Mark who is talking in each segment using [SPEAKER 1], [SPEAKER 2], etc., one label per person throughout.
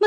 [SPEAKER 1] 乜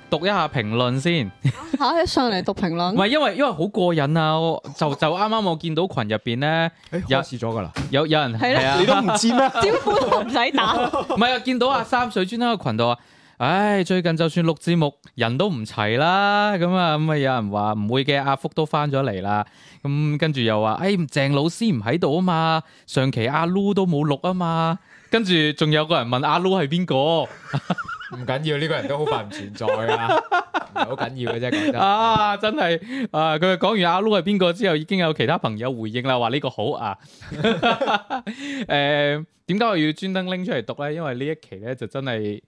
[SPEAKER 2] 讀一下評論先，
[SPEAKER 3] 吓一上嚟讀評
[SPEAKER 4] 嗯
[SPEAKER 2] 唔
[SPEAKER 3] 論，
[SPEAKER 2] 係因為因為好過癮啊！我就就啱啱我見到群入边咧，
[SPEAKER 4] 诶，
[SPEAKER 2] 有
[SPEAKER 4] 開始咗噶啦，
[SPEAKER 2] 有有人
[SPEAKER 3] 係啦
[SPEAKER 2] 係啊，
[SPEAKER 4] 你都唔知咩？
[SPEAKER 3] 招呼都唔使打，
[SPEAKER 2] 唔係啊，見到阿三水專喺個群度啊，唉，最近就算錄節目人都唔齊啦，咁啊咁啊有人話唔會嘅，阿福都翻咗嚟啦，咁跟住又話，唉，鄭老師唔喺度啊嘛，上期阿 Lu 都冇錄啊嘛，跟住仲有個人問阿 Lu 係邊個？
[SPEAKER 4] 唔緊要，呢個人都好快唔存在噶， 唔係好緊要嘅啫，講真。
[SPEAKER 2] 啊，真系啊！佢講完阿 Lu 係邊個之後，已經有其他朋友回應啦，話呢個好啊。 诶、點解我要專登拎出嚟讀咧？因為呢一期咧就真係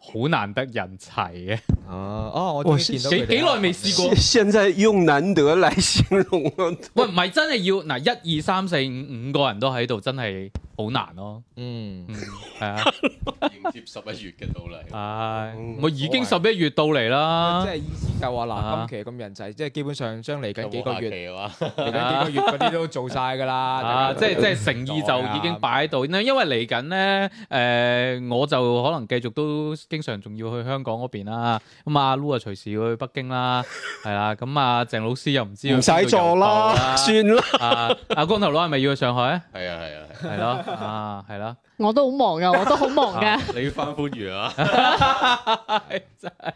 [SPEAKER 2] 好難得人齊嘅，
[SPEAKER 4] 哦，哦，我終於見到
[SPEAKER 2] 幾幾耐未試過？
[SPEAKER 5] 现在用难得来形容啊了，
[SPEAKER 2] 喂，唔係真係要嗱，一二三四五五個人都喺度，真係好難咯。
[SPEAKER 4] 嗯，
[SPEAKER 2] 嗯，係 啊，
[SPEAKER 6] 迎接十一月嘅到嚟。
[SPEAKER 2] 唉，
[SPEAKER 5] 嗯
[SPEAKER 2] 我已經十一月到嚟啦
[SPEAKER 4] 即。係意思就話
[SPEAKER 2] 啊
[SPEAKER 4] 嗱，今期咁人仔，即係基本上將嚟緊幾
[SPEAKER 6] 有冇
[SPEAKER 4] 個
[SPEAKER 6] 下期
[SPEAKER 4] 月、
[SPEAKER 6] 嘅話，
[SPEAKER 4] 嚟緊幾個月嗰啲都做晒噶啦。
[SPEAKER 2] 啊！即係即係誠意就已經擺喺度，因為嚟緊咧，誒、我就可能繼續都經常仲要去香港嗰邊啦。咁啊阿 Lu 啊隨時要去北京啦，係啦。咁啊鄭老師又唔知去
[SPEAKER 5] 唔
[SPEAKER 2] 邊
[SPEAKER 5] 使
[SPEAKER 2] 度
[SPEAKER 5] 做
[SPEAKER 2] 遊
[SPEAKER 5] 啦，
[SPEAKER 2] 蕩
[SPEAKER 5] 算啦。
[SPEAKER 2] 啊阿光頭佬係咪要去上海啊？
[SPEAKER 6] 係啊係啊係啊。
[SPEAKER 2] 係咯，啊係咯，
[SPEAKER 3] 我都好忙噶，我都好忙噶
[SPEAKER 2] 啊。
[SPEAKER 6] 你翻番禺啊？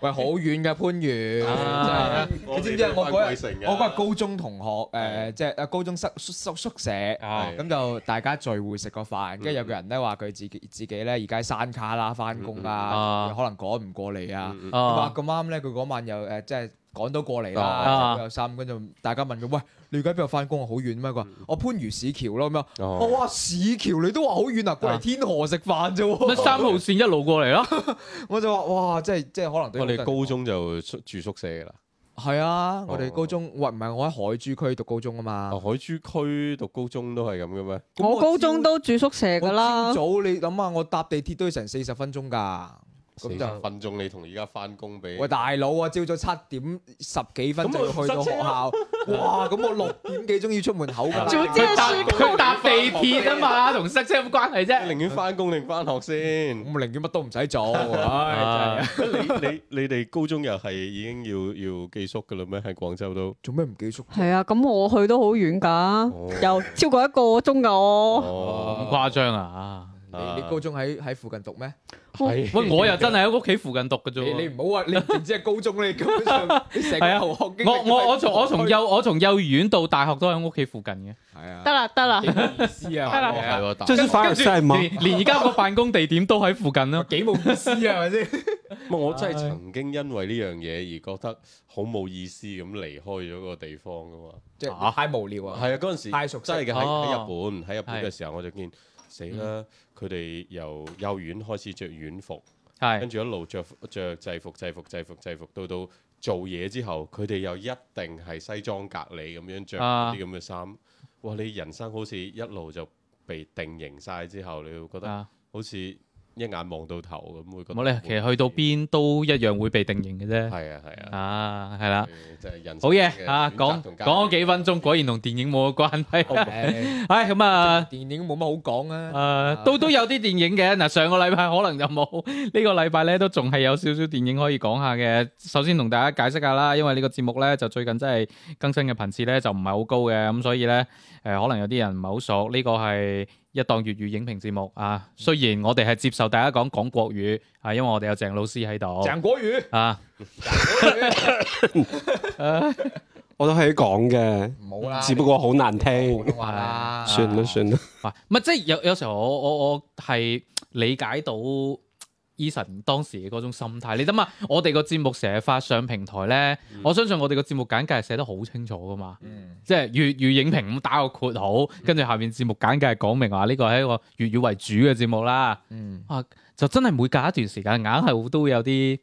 [SPEAKER 4] 喂，好遠嘅番禺，
[SPEAKER 2] 啊
[SPEAKER 4] 真係 你知唔知啊我嗰
[SPEAKER 6] 鬼
[SPEAKER 4] 日
[SPEAKER 6] 城嘅，
[SPEAKER 4] 我嗰日高中同學誒，即係啊高中宿宿宿宿舍，
[SPEAKER 2] 啊
[SPEAKER 4] 咁就大家聚會食個飯，跟住有個人咧話佢自己自己咧而家山卡啦，翻工
[SPEAKER 2] 嗯
[SPEAKER 4] 啦
[SPEAKER 2] 啊，
[SPEAKER 4] 可能趕唔過嚟啊。
[SPEAKER 6] 嗯嗯
[SPEAKER 4] 咁啊
[SPEAKER 2] 啊
[SPEAKER 4] 咁啱咧，佢嗰晚又誒即係趕到過嚟啦
[SPEAKER 2] 啊，
[SPEAKER 4] 有三跟住大家問佢：喂，你而家邊度翻工啊？好遠咩？佢話：
[SPEAKER 3] 嗯
[SPEAKER 4] 我番禺市橋咯咁樣。
[SPEAKER 5] 嗯
[SPEAKER 3] 哦
[SPEAKER 5] 哦
[SPEAKER 4] 我話市橋你都話好遠啊，過嚟天河食飯啫
[SPEAKER 2] 乜
[SPEAKER 4] 喎。
[SPEAKER 2] 三號線一路過嚟咯？
[SPEAKER 4] 我就話：哇，即係即係可能對
[SPEAKER 6] 我哋
[SPEAKER 4] 好多人
[SPEAKER 6] 高中哦就宿住宿舍噶啦。
[SPEAKER 4] 係啊，我哋高中喂唔係我喺海珠區讀高中啊嘛
[SPEAKER 6] 哦，。海珠區讀高中都係咁嘅咩？
[SPEAKER 4] 咁
[SPEAKER 3] 我高中
[SPEAKER 4] 朝
[SPEAKER 3] 都住宿舍噶
[SPEAKER 4] 我朝
[SPEAKER 3] 啦，
[SPEAKER 4] 早你諗下，我搭地鐵都要成四十分鐘㗎。
[SPEAKER 6] 四
[SPEAKER 4] 咁
[SPEAKER 6] 十
[SPEAKER 4] 就
[SPEAKER 6] 分鐘你同而家翻工比，
[SPEAKER 4] 喂大佬啊，朝早七點十幾分
[SPEAKER 6] 咁
[SPEAKER 4] 就要去到學校，哇！咁我六點幾鐘要出門口 㗎啦。
[SPEAKER 3] 早知係
[SPEAKER 2] 搭
[SPEAKER 3] 雪
[SPEAKER 2] 佢搭地鐵啊嘛，同塞車有冇關係啫？
[SPEAKER 6] 你 寧願翻工定翻學先？
[SPEAKER 4] 我咪寧願乜都唔使 做，唉，真係
[SPEAKER 2] 啊
[SPEAKER 6] 你你你哋高中又係已經要要寄宿噶啦咩？喺廣州都
[SPEAKER 4] 做咩唔寄宿？
[SPEAKER 3] 係啊，咁我去都好遠噶
[SPEAKER 6] 哦，
[SPEAKER 4] 啊
[SPEAKER 3] 又超過一個鐘噶我。
[SPEAKER 2] 咁
[SPEAKER 6] 哦，
[SPEAKER 2] 誇張啊！
[SPEAKER 4] 你你高中喺喺附近讀咩？
[SPEAKER 6] 係
[SPEAKER 2] 喂，我又真係喺屋企附近讀嘅啫
[SPEAKER 4] 你你
[SPEAKER 2] 喎。
[SPEAKER 4] 唔好話你唔知係高中，你根本上你成
[SPEAKER 2] 係
[SPEAKER 4] 個
[SPEAKER 2] 啊
[SPEAKER 4] 求學經
[SPEAKER 2] 我
[SPEAKER 4] 歷都係
[SPEAKER 2] 我我從我從幼我從幼兒園到大學都喺屋企附近嘅。
[SPEAKER 4] 係啊
[SPEAKER 3] 得，啦得啦，
[SPEAKER 4] 知啊，
[SPEAKER 3] 得啦
[SPEAKER 6] 哦係喎，大
[SPEAKER 5] 這是凡
[SPEAKER 2] 跟
[SPEAKER 5] 尔
[SPEAKER 2] 住
[SPEAKER 5] 赛吗？
[SPEAKER 2] 連連而家個辦公地點都喺附 近啦。
[SPEAKER 4] 幾冇意思啊，係咪先？
[SPEAKER 6] 唔係我真係曾經因為呢樣嘢而覺得好冇意思咁離開咗個地方噶嘛。
[SPEAKER 4] 即係太無聊啊！
[SPEAKER 6] 係啊，嗰陣時
[SPEAKER 4] 太熟悉
[SPEAKER 6] 真係嘅喺
[SPEAKER 2] 哦嗯
[SPEAKER 6] 喺日本，喺日本
[SPEAKER 2] 係
[SPEAKER 6] 嘅時候我就見死啦！佢哋由幼兒園開始着院服，跟
[SPEAKER 2] 係
[SPEAKER 6] 住一路着着制服、制服、制服、制服，到到做嘢之後，佢哋又一定係西裝革履咁樣着
[SPEAKER 2] 啊
[SPEAKER 6] 啲咁嘅衫。哇！你人生好似一路就被定型晒之後，你會覺得
[SPEAKER 2] 啊，
[SPEAKER 6] 好似一眼望到頭咁，會覺得
[SPEAKER 2] 冇咧。其實去到邊都一樣會被定型嘅啫。
[SPEAKER 6] 係啊係啊，
[SPEAKER 2] 啊，係啦，
[SPEAKER 6] 就係人生
[SPEAKER 2] 好嘢
[SPEAKER 6] 嘅
[SPEAKER 2] 啊！
[SPEAKER 6] 選
[SPEAKER 2] 講
[SPEAKER 6] 擇同
[SPEAKER 2] 講
[SPEAKER 6] 價值
[SPEAKER 2] 咗幾分鐘，果然同電影冇關係。
[SPEAKER 4] 唉
[SPEAKER 2] 唉，咁 啊。
[SPEAKER 4] 電影冇乜好講啊。
[SPEAKER 2] 誒呃都都有啲電影嘅嗱，上個禮拜可能就冇， 呢個禮拜咧都仲係有少少電影可以講下嘅。首先同大家解釋下啦，因為呢個節目咧就最近真係更新嘅頻次咧就唔係好高嘅，咁所以咧誒、可能有啲人唔係好熟，呢、個係一檔粵語影評節目啊。雖然我哋係接受大家講講國語啊，因為我哋有鄭老師喺度
[SPEAKER 4] 鄭果宇
[SPEAKER 2] 啊，
[SPEAKER 5] 我都可以講嘅，
[SPEAKER 4] 冇啦，
[SPEAKER 5] 只不過好難
[SPEAKER 4] 普
[SPEAKER 5] 聽。
[SPEAKER 4] 通話啦，
[SPEAKER 5] 算啦算啦，
[SPEAKER 2] 唔係唔係即係有有時候我我我係理解到 Eason 當時嘅嗰種心態。你諗下，我哋個節目成日發上平台咧，我相信我哋個節目簡介係寫得好清楚噶嘛。
[SPEAKER 4] 嗯，
[SPEAKER 2] 即係粵語影評咁打個括號，跟住下面節目簡介係講明話呢個係一個粵語為主嘅節目啦。
[SPEAKER 4] 嗯
[SPEAKER 2] 啊，就真係每隔一段時間，硬係都會有啲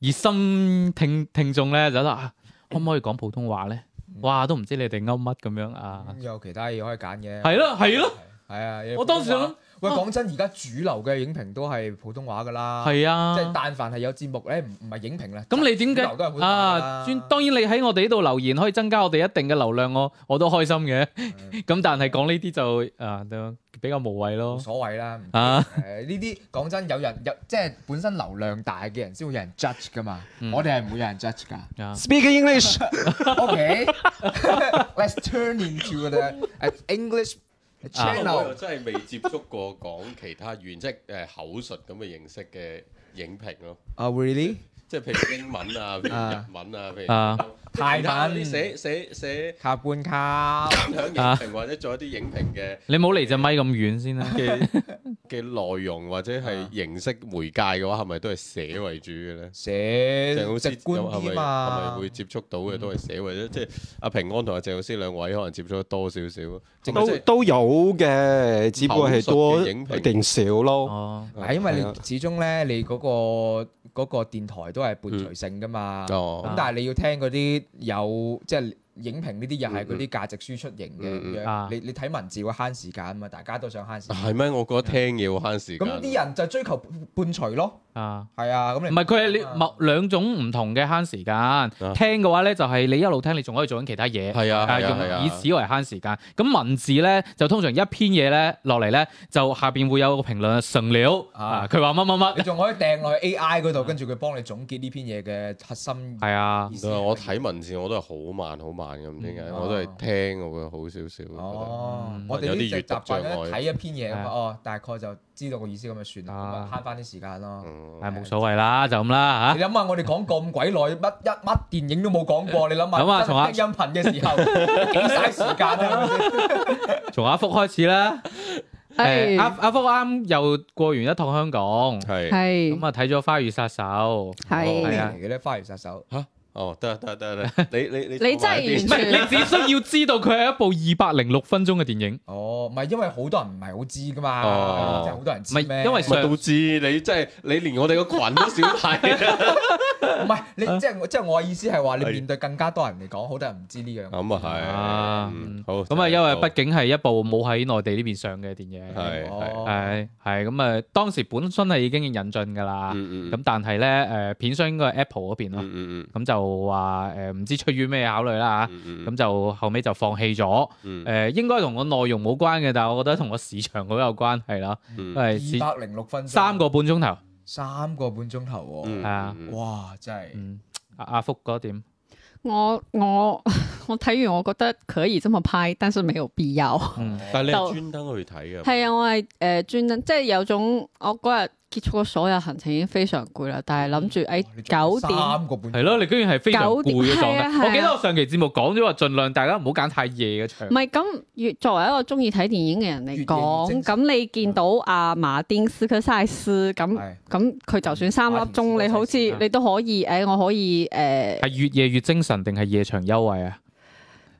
[SPEAKER 2] 熱心聽聽眾咧，就覺得啊，可唔可以講普通話咧？
[SPEAKER 4] 嗯
[SPEAKER 2] 哇，都唔知你哋噏乜咁樣啊！
[SPEAKER 4] 咁有其他嘢可以揀嘅。
[SPEAKER 2] 係咯，係咯。
[SPEAKER 4] 係啊，
[SPEAKER 2] 我當時諗，
[SPEAKER 4] 喂，講真，而家主流嘅影評都係普通話噶啦，
[SPEAKER 2] 係
[SPEAKER 4] 即
[SPEAKER 2] 啊，
[SPEAKER 4] 係但凡係有節目咧，唔唔係影評啦。
[SPEAKER 2] 咁你點
[SPEAKER 4] 主流都係
[SPEAKER 2] 解
[SPEAKER 4] 普通話
[SPEAKER 2] 啊？
[SPEAKER 4] 啦
[SPEAKER 2] 專當然你喺我哋呢度留言可以增加我哋一定嘅流量，我我都開心嘅。 咁但係講呢啲就啊都比較無謂
[SPEAKER 4] 冇
[SPEAKER 2] 咯。
[SPEAKER 4] 所謂啦？唔
[SPEAKER 2] 啊，
[SPEAKER 4] 誒呢啲講真，有人有即係本身流量大嘅人先會有人 judge 噶嘛，
[SPEAKER 2] 嗯
[SPEAKER 4] 我哋係唔會有人 judge 噶。
[SPEAKER 2] 啊
[SPEAKER 5] Speak English，
[SPEAKER 4] OK，let's turn into the uh, English
[SPEAKER 2] 啊
[SPEAKER 6] 我
[SPEAKER 4] channel
[SPEAKER 6] 又。真係未接觸過講其他語言，即係誒口述咁嘅形式嘅影評咯。
[SPEAKER 4] 啊，really？
[SPEAKER 6] 即係譬如英文啊，譬如
[SPEAKER 4] 啊
[SPEAKER 6] 日文啊，譬
[SPEAKER 2] 啊
[SPEAKER 6] 如
[SPEAKER 4] 泰文
[SPEAKER 6] 其他啲寫寫寫
[SPEAKER 4] 下半卡
[SPEAKER 6] 分享影評或者做一啲影評嘅
[SPEAKER 2] 你唔好離隻咪咁遠先啦。
[SPEAKER 6] 嘅嘅內容或者係形式媒介嘅話，係咪都係寫為主嘅咧？
[SPEAKER 4] 寫
[SPEAKER 6] 鄭老師
[SPEAKER 4] 直觀
[SPEAKER 6] 係咪
[SPEAKER 4] 啲
[SPEAKER 6] 係咪
[SPEAKER 4] 嘛
[SPEAKER 6] 會？接觸到嘅都係寫為主？即係阿平安同阿鄭老師兩位可能接觸得多少少，係咪即
[SPEAKER 5] 都
[SPEAKER 6] 係
[SPEAKER 5] 都有嘅，只不過係
[SPEAKER 6] 口述嘅影
[SPEAKER 5] 多
[SPEAKER 6] 評
[SPEAKER 5] 定少咯。
[SPEAKER 2] 哦，
[SPEAKER 4] 係因為你
[SPEAKER 5] 係啊
[SPEAKER 4] 始終咧，你嗰個嗰個電台都係伴隨性噶嘛。咁
[SPEAKER 6] 哦，
[SPEAKER 4] 但係你要聽嗰啲有即係影評呢啲又係嗰啲價值輸出型嘅
[SPEAKER 6] 嗯嗯嗯
[SPEAKER 4] 咁
[SPEAKER 2] 啊
[SPEAKER 4] 樣，你你睇文字會慳時間啊嘛，大家都想慳時間。
[SPEAKER 6] 係咩？我覺得聽嘢好慳時間。
[SPEAKER 4] 咁啲人就追求伴隨咯，
[SPEAKER 2] 啊。
[SPEAKER 4] 係啊，啊咁
[SPEAKER 2] 唔
[SPEAKER 4] 你
[SPEAKER 2] 係佢係你某兩種唔同嘅慳時間，聽嘅話咧就係你一路聽，你仲可以做緊其他嘢，
[SPEAKER 6] 係啊係啊係啊
[SPEAKER 2] 用以此為慳時間。咁文字咧就通常一篇嘢咧落嚟咧，就下邊會有個評論成了
[SPEAKER 4] 啊
[SPEAKER 2] 啊，佢話乜乜
[SPEAKER 4] 你
[SPEAKER 2] 乜，
[SPEAKER 4] 仲可以掟落去 AI 嗰度，跟住佢幫你總結呢篇嘢嘅核心。
[SPEAKER 2] 係啊
[SPEAKER 4] 意，思
[SPEAKER 6] 我睇文字我都係好慢好慢嘅，唔知點解，
[SPEAKER 4] 嗯
[SPEAKER 6] 我都係聽我會好少少。
[SPEAKER 4] 哦
[SPEAKER 2] 嗯，
[SPEAKER 4] 我哋
[SPEAKER 6] 有
[SPEAKER 4] 呢
[SPEAKER 6] 啲閱
[SPEAKER 4] 隻
[SPEAKER 6] 讀
[SPEAKER 4] 習慣
[SPEAKER 6] 障礙
[SPEAKER 4] 咧睇一篇嘢咁
[SPEAKER 2] 係
[SPEAKER 4] 啊，
[SPEAKER 2] 啊
[SPEAKER 4] 哦，大概就知道個意思咁就算啦，咁
[SPEAKER 2] 啊
[SPEAKER 4] 啊慳翻啲時間咯。
[SPEAKER 6] 我覺得
[SPEAKER 2] 係冇所謂啦，就咁啦
[SPEAKER 4] 你諗下，我哋講咁鬼耐，乜一乜電影都冇講過，你諗
[SPEAKER 2] 咁啊
[SPEAKER 4] 下，
[SPEAKER 2] 同阿
[SPEAKER 4] 真係聽 音頻嘅時候幾嘥時間啊！係咪先
[SPEAKER 2] 嚇，從阿福開始啦。
[SPEAKER 3] 係
[SPEAKER 6] 哎
[SPEAKER 2] 誒阿阿福啱又過完一趟香港，
[SPEAKER 6] 嗯係
[SPEAKER 3] 係
[SPEAKER 2] 咁啊睇咗《花語殺手》，
[SPEAKER 3] 係
[SPEAKER 4] 咩
[SPEAKER 2] 係啊
[SPEAKER 4] 嚟嘅咧？花園殺手
[SPEAKER 6] 哦，得得得得，你你你
[SPEAKER 3] 你真係
[SPEAKER 2] 唔
[SPEAKER 3] 完
[SPEAKER 6] 完
[SPEAKER 2] 係
[SPEAKER 3] 全
[SPEAKER 2] 你只需要知道佢係一部二百零六分鐘嘅電影，
[SPEAKER 4] 哦，唔係因為好多人唔係好知噶嘛，
[SPEAKER 6] 哦
[SPEAKER 4] 真係好多人知
[SPEAKER 2] 唔係
[SPEAKER 4] 咩？
[SPEAKER 2] 因為
[SPEAKER 6] 全都知，你真係你連我哋個群都少睇
[SPEAKER 4] 唔係你
[SPEAKER 2] 啊
[SPEAKER 4] 即係即係我嘅意思係話，你
[SPEAKER 6] 係
[SPEAKER 4] 面對更加多人嚟講，好多人唔知呢樣嘢。
[SPEAKER 6] 咁啊
[SPEAKER 2] 啊
[SPEAKER 6] 係，嗯
[SPEAKER 2] 嗯
[SPEAKER 6] 好
[SPEAKER 2] 咁啊因為
[SPEAKER 6] 好
[SPEAKER 2] 畢竟係一部冇喺內地呢邊上嘅電影。
[SPEAKER 6] 係係，
[SPEAKER 4] 哦
[SPEAKER 2] 係係咁啊！當時本身係已經引進㗎啦，
[SPEAKER 6] 嗯嗯
[SPEAKER 2] 啊咁、但係咧誒片商應該係 Apple 嗰邊咯，咁、
[SPEAKER 6] 嗯嗯
[SPEAKER 2] 就話誒唔知出於咩考慮啦嚇，
[SPEAKER 6] 嗯
[SPEAKER 2] 啊咁、就後尾就放棄咗。誒、
[SPEAKER 6] 嗯
[SPEAKER 2] 應該同個內容冇關嘅，但係我覺得同個市場好有關係啦，因
[SPEAKER 6] 嗯
[SPEAKER 2] 為市
[SPEAKER 4] 二百零六分鐘
[SPEAKER 2] 三個半鐘頭，
[SPEAKER 4] 三個半鐘頭喎，
[SPEAKER 6] 嗯
[SPEAKER 2] 係啊
[SPEAKER 6] 嗯
[SPEAKER 4] 哇！真係
[SPEAKER 2] 嗯，阿阿福嗰點
[SPEAKER 3] 我我 我睇完我覺得可以這麼拍，但是沒有必要。
[SPEAKER 2] 嗯
[SPEAKER 6] 但係你係
[SPEAKER 3] 就
[SPEAKER 6] 專登去睇嘅，
[SPEAKER 3] 係啊，我係誒專登，即係有種我嗰日結束咗所有行程已經非常攰啦，但係諗住誒
[SPEAKER 4] 哦你仲
[SPEAKER 3] 九點
[SPEAKER 4] 三個半鐘
[SPEAKER 2] 係咯，你居然係非常攰
[SPEAKER 3] 九點
[SPEAKER 2] 嘅狀
[SPEAKER 3] 係啊係
[SPEAKER 2] 態。
[SPEAKER 3] 啊
[SPEAKER 2] 我記得我上期節目講咗話，盡量大家唔好揀太夜嘅場
[SPEAKER 3] 唔。係咁，越作為一個中意睇電影嘅人嚟
[SPEAKER 4] 越認真
[SPEAKER 3] 講，咁你見到
[SPEAKER 2] 嗯
[SPEAKER 3] 阿馬丁斯科塞斯咁
[SPEAKER 4] 係
[SPEAKER 3] 咁，佢就算三粒
[SPEAKER 4] 馬
[SPEAKER 3] 鐘，
[SPEAKER 4] 丁斯科塞斯
[SPEAKER 3] 你好似
[SPEAKER 2] 啊
[SPEAKER 3] 你都可以誒，我可以誒
[SPEAKER 2] 係越夜越精神定係夜場優惠啊？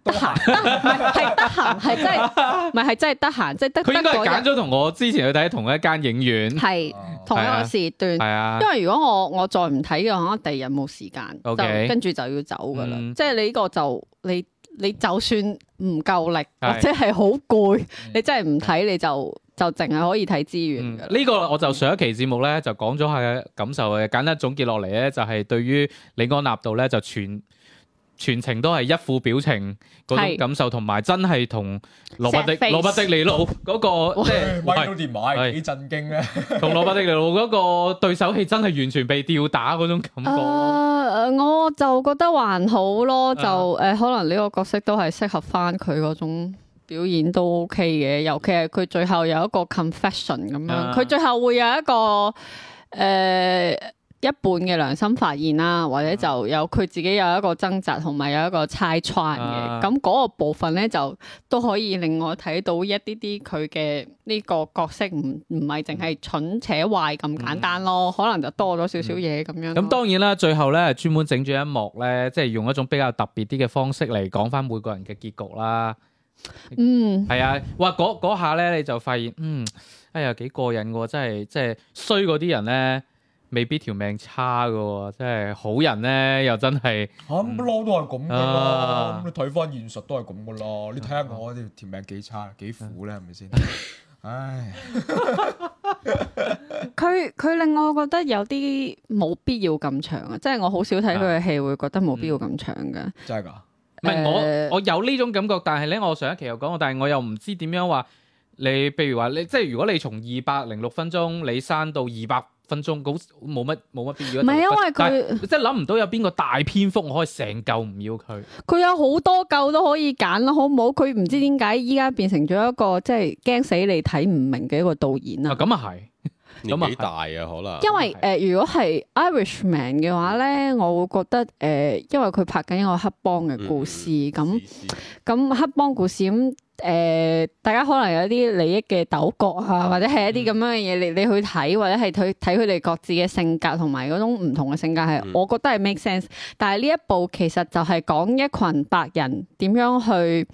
[SPEAKER 4] 都行
[SPEAKER 3] 係得閒，係真 係唔係係真係得閒，即係得
[SPEAKER 2] 佢應該
[SPEAKER 3] 得
[SPEAKER 2] 係揀
[SPEAKER 3] 嗰日
[SPEAKER 2] 咗同我之前去睇同一間影院，
[SPEAKER 3] 係
[SPEAKER 4] 哦
[SPEAKER 3] 同一
[SPEAKER 2] 係啊
[SPEAKER 3] 個時段。
[SPEAKER 2] 係啊
[SPEAKER 3] 因。為如果我我再唔睇嘅話，我第二日冇時間
[SPEAKER 2] OK
[SPEAKER 3] 就跟住就要走噶啦。
[SPEAKER 2] 嗯
[SPEAKER 3] 即係你呢個就你你就算唔夠力
[SPEAKER 2] 係
[SPEAKER 3] 或者係好攰，你真係唔睇你就就淨係可以睇資源
[SPEAKER 2] 嗯
[SPEAKER 3] 噶啦。
[SPEAKER 2] 呢個我就上一期節目咧就講咗下嘅感受嘅，簡單總結落嚟咧就係對於李安納度咧就全全程都係一副表情嗰種
[SPEAKER 3] 係
[SPEAKER 2] 感受，同埋真係同羅伯
[SPEAKER 3] Sad
[SPEAKER 2] 迪
[SPEAKER 3] face
[SPEAKER 2] 羅伯迪尼路嗰、個即係
[SPEAKER 4] 喂
[SPEAKER 2] 唔
[SPEAKER 4] 威到
[SPEAKER 2] 係
[SPEAKER 4] 連埋
[SPEAKER 2] 係嗯
[SPEAKER 4] 幾震驚咧！
[SPEAKER 2] 同羅伯迪尼路嗰個對手戲真係完全被吊打嗰種感覺
[SPEAKER 3] 誒、誒呃我就覺得還好
[SPEAKER 2] 啊
[SPEAKER 3] 咯，就誒、可能呢個角色都係適合翻佢嗰種表演都 OK 嘅，尤其係佢最後有一個 confession 咁樣，
[SPEAKER 2] 啊
[SPEAKER 3] 佢、最後會有一個誒、一半嘅良心發現啦，或者就有佢自己有一個掙扎，同埋有一個猜穿
[SPEAKER 2] 啊
[SPEAKER 3] 嘅，咁嗰、個部分咧就都可以令我睇到一啲啲佢嘅呢個角色唔唔係淨
[SPEAKER 2] 嗯
[SPEAKER 3] 係蠢且壞咁簡單咯，可能就多咗少少嘢咁樣咯。
[SPEAKER 2] 咁當然啦，最後咧專門整咗一幕咧，即係用一種比較特別啲嘅方式嚟講翻每個人嘅結局啦。
[SPEAKER 3] 嗯，
[SPEAKER 2] 係啊，哇！嗰嗰下咧，你就發現，嗯，哎呀，幾過癮喎！真係，即係衰嗰啲人咧，未必條命差噶喎，即係好人咧，又真係
[SPEAKER 4] 嚇咁撈都係咁噶啦
[SPEAKER 2] 啊，
[SPEAKER 4] 咁你睇翻現實都係咁噶啦。你睇下我條條命幾差幾苦咧，係咪先？唉，
[SPEAKER 3] 佢佢令我覺得有啲冇必要咁長啊，即係我好少睇佢嘅戲會覺得冇必要咁長嘅。
[SPEAKER 4] 真係㗎，
[SPEAKER 2] 唔係
[SPEAKER 3] 誒
[SPEAKER 2] 我我有呢種感覺，但係咧，我上一期又講過，但係我又唔知點樣話你，譬如話你，即係如果你從二百零六分鐘你刪到二百分鐘，咁冇乜冇乜必要。
[SPEAKER 3] 唔係因為
[SPEAKER 2] 但係
[SPEAKER 3] 佢
[SPEAKER 2] 即係諗唔到有邊個大篇幅我可以成嚿唔要佢。
[SPEAKER 3] 佢有好多嚿都可以揀啦，好唔好？佢唔知點解依家變成咗一個即係驚死你睇唔明嘅一個導演
[SPEAKER 2] 啊
[SPEAKER 3] 啊！
[SPEAKER 2] 咁啊係，
[SPEAKER 6] 年
[SPEAKER 2] 咁啊
[SPEAKER 6] 紀大啊，可能
[SPEAKER 3] 因為誒、呃如果係 Irishman 嘅話咧，我會覺得誒、呃因為佢拍緊一個黑幫嘅故事，咁
[SPEAKER 6] 試試
[SPEAKER 3] 咁黑幫故事咁誒、呃大家可能有啲利益嘅鬥角啊，或者
[SPEAKER 2] 嗯
[SPEAKER 3] 係一啲咁樣嘅嘢，你你去睇，或者係睇睇佢哋各自嘅性格同埋嗰種唔同嘅性格係，
[SPEAKER 6] 嗯
[SPEAKER 3] 我覺得係 make sense。但係呢一部其實就係講一群白人點樣去。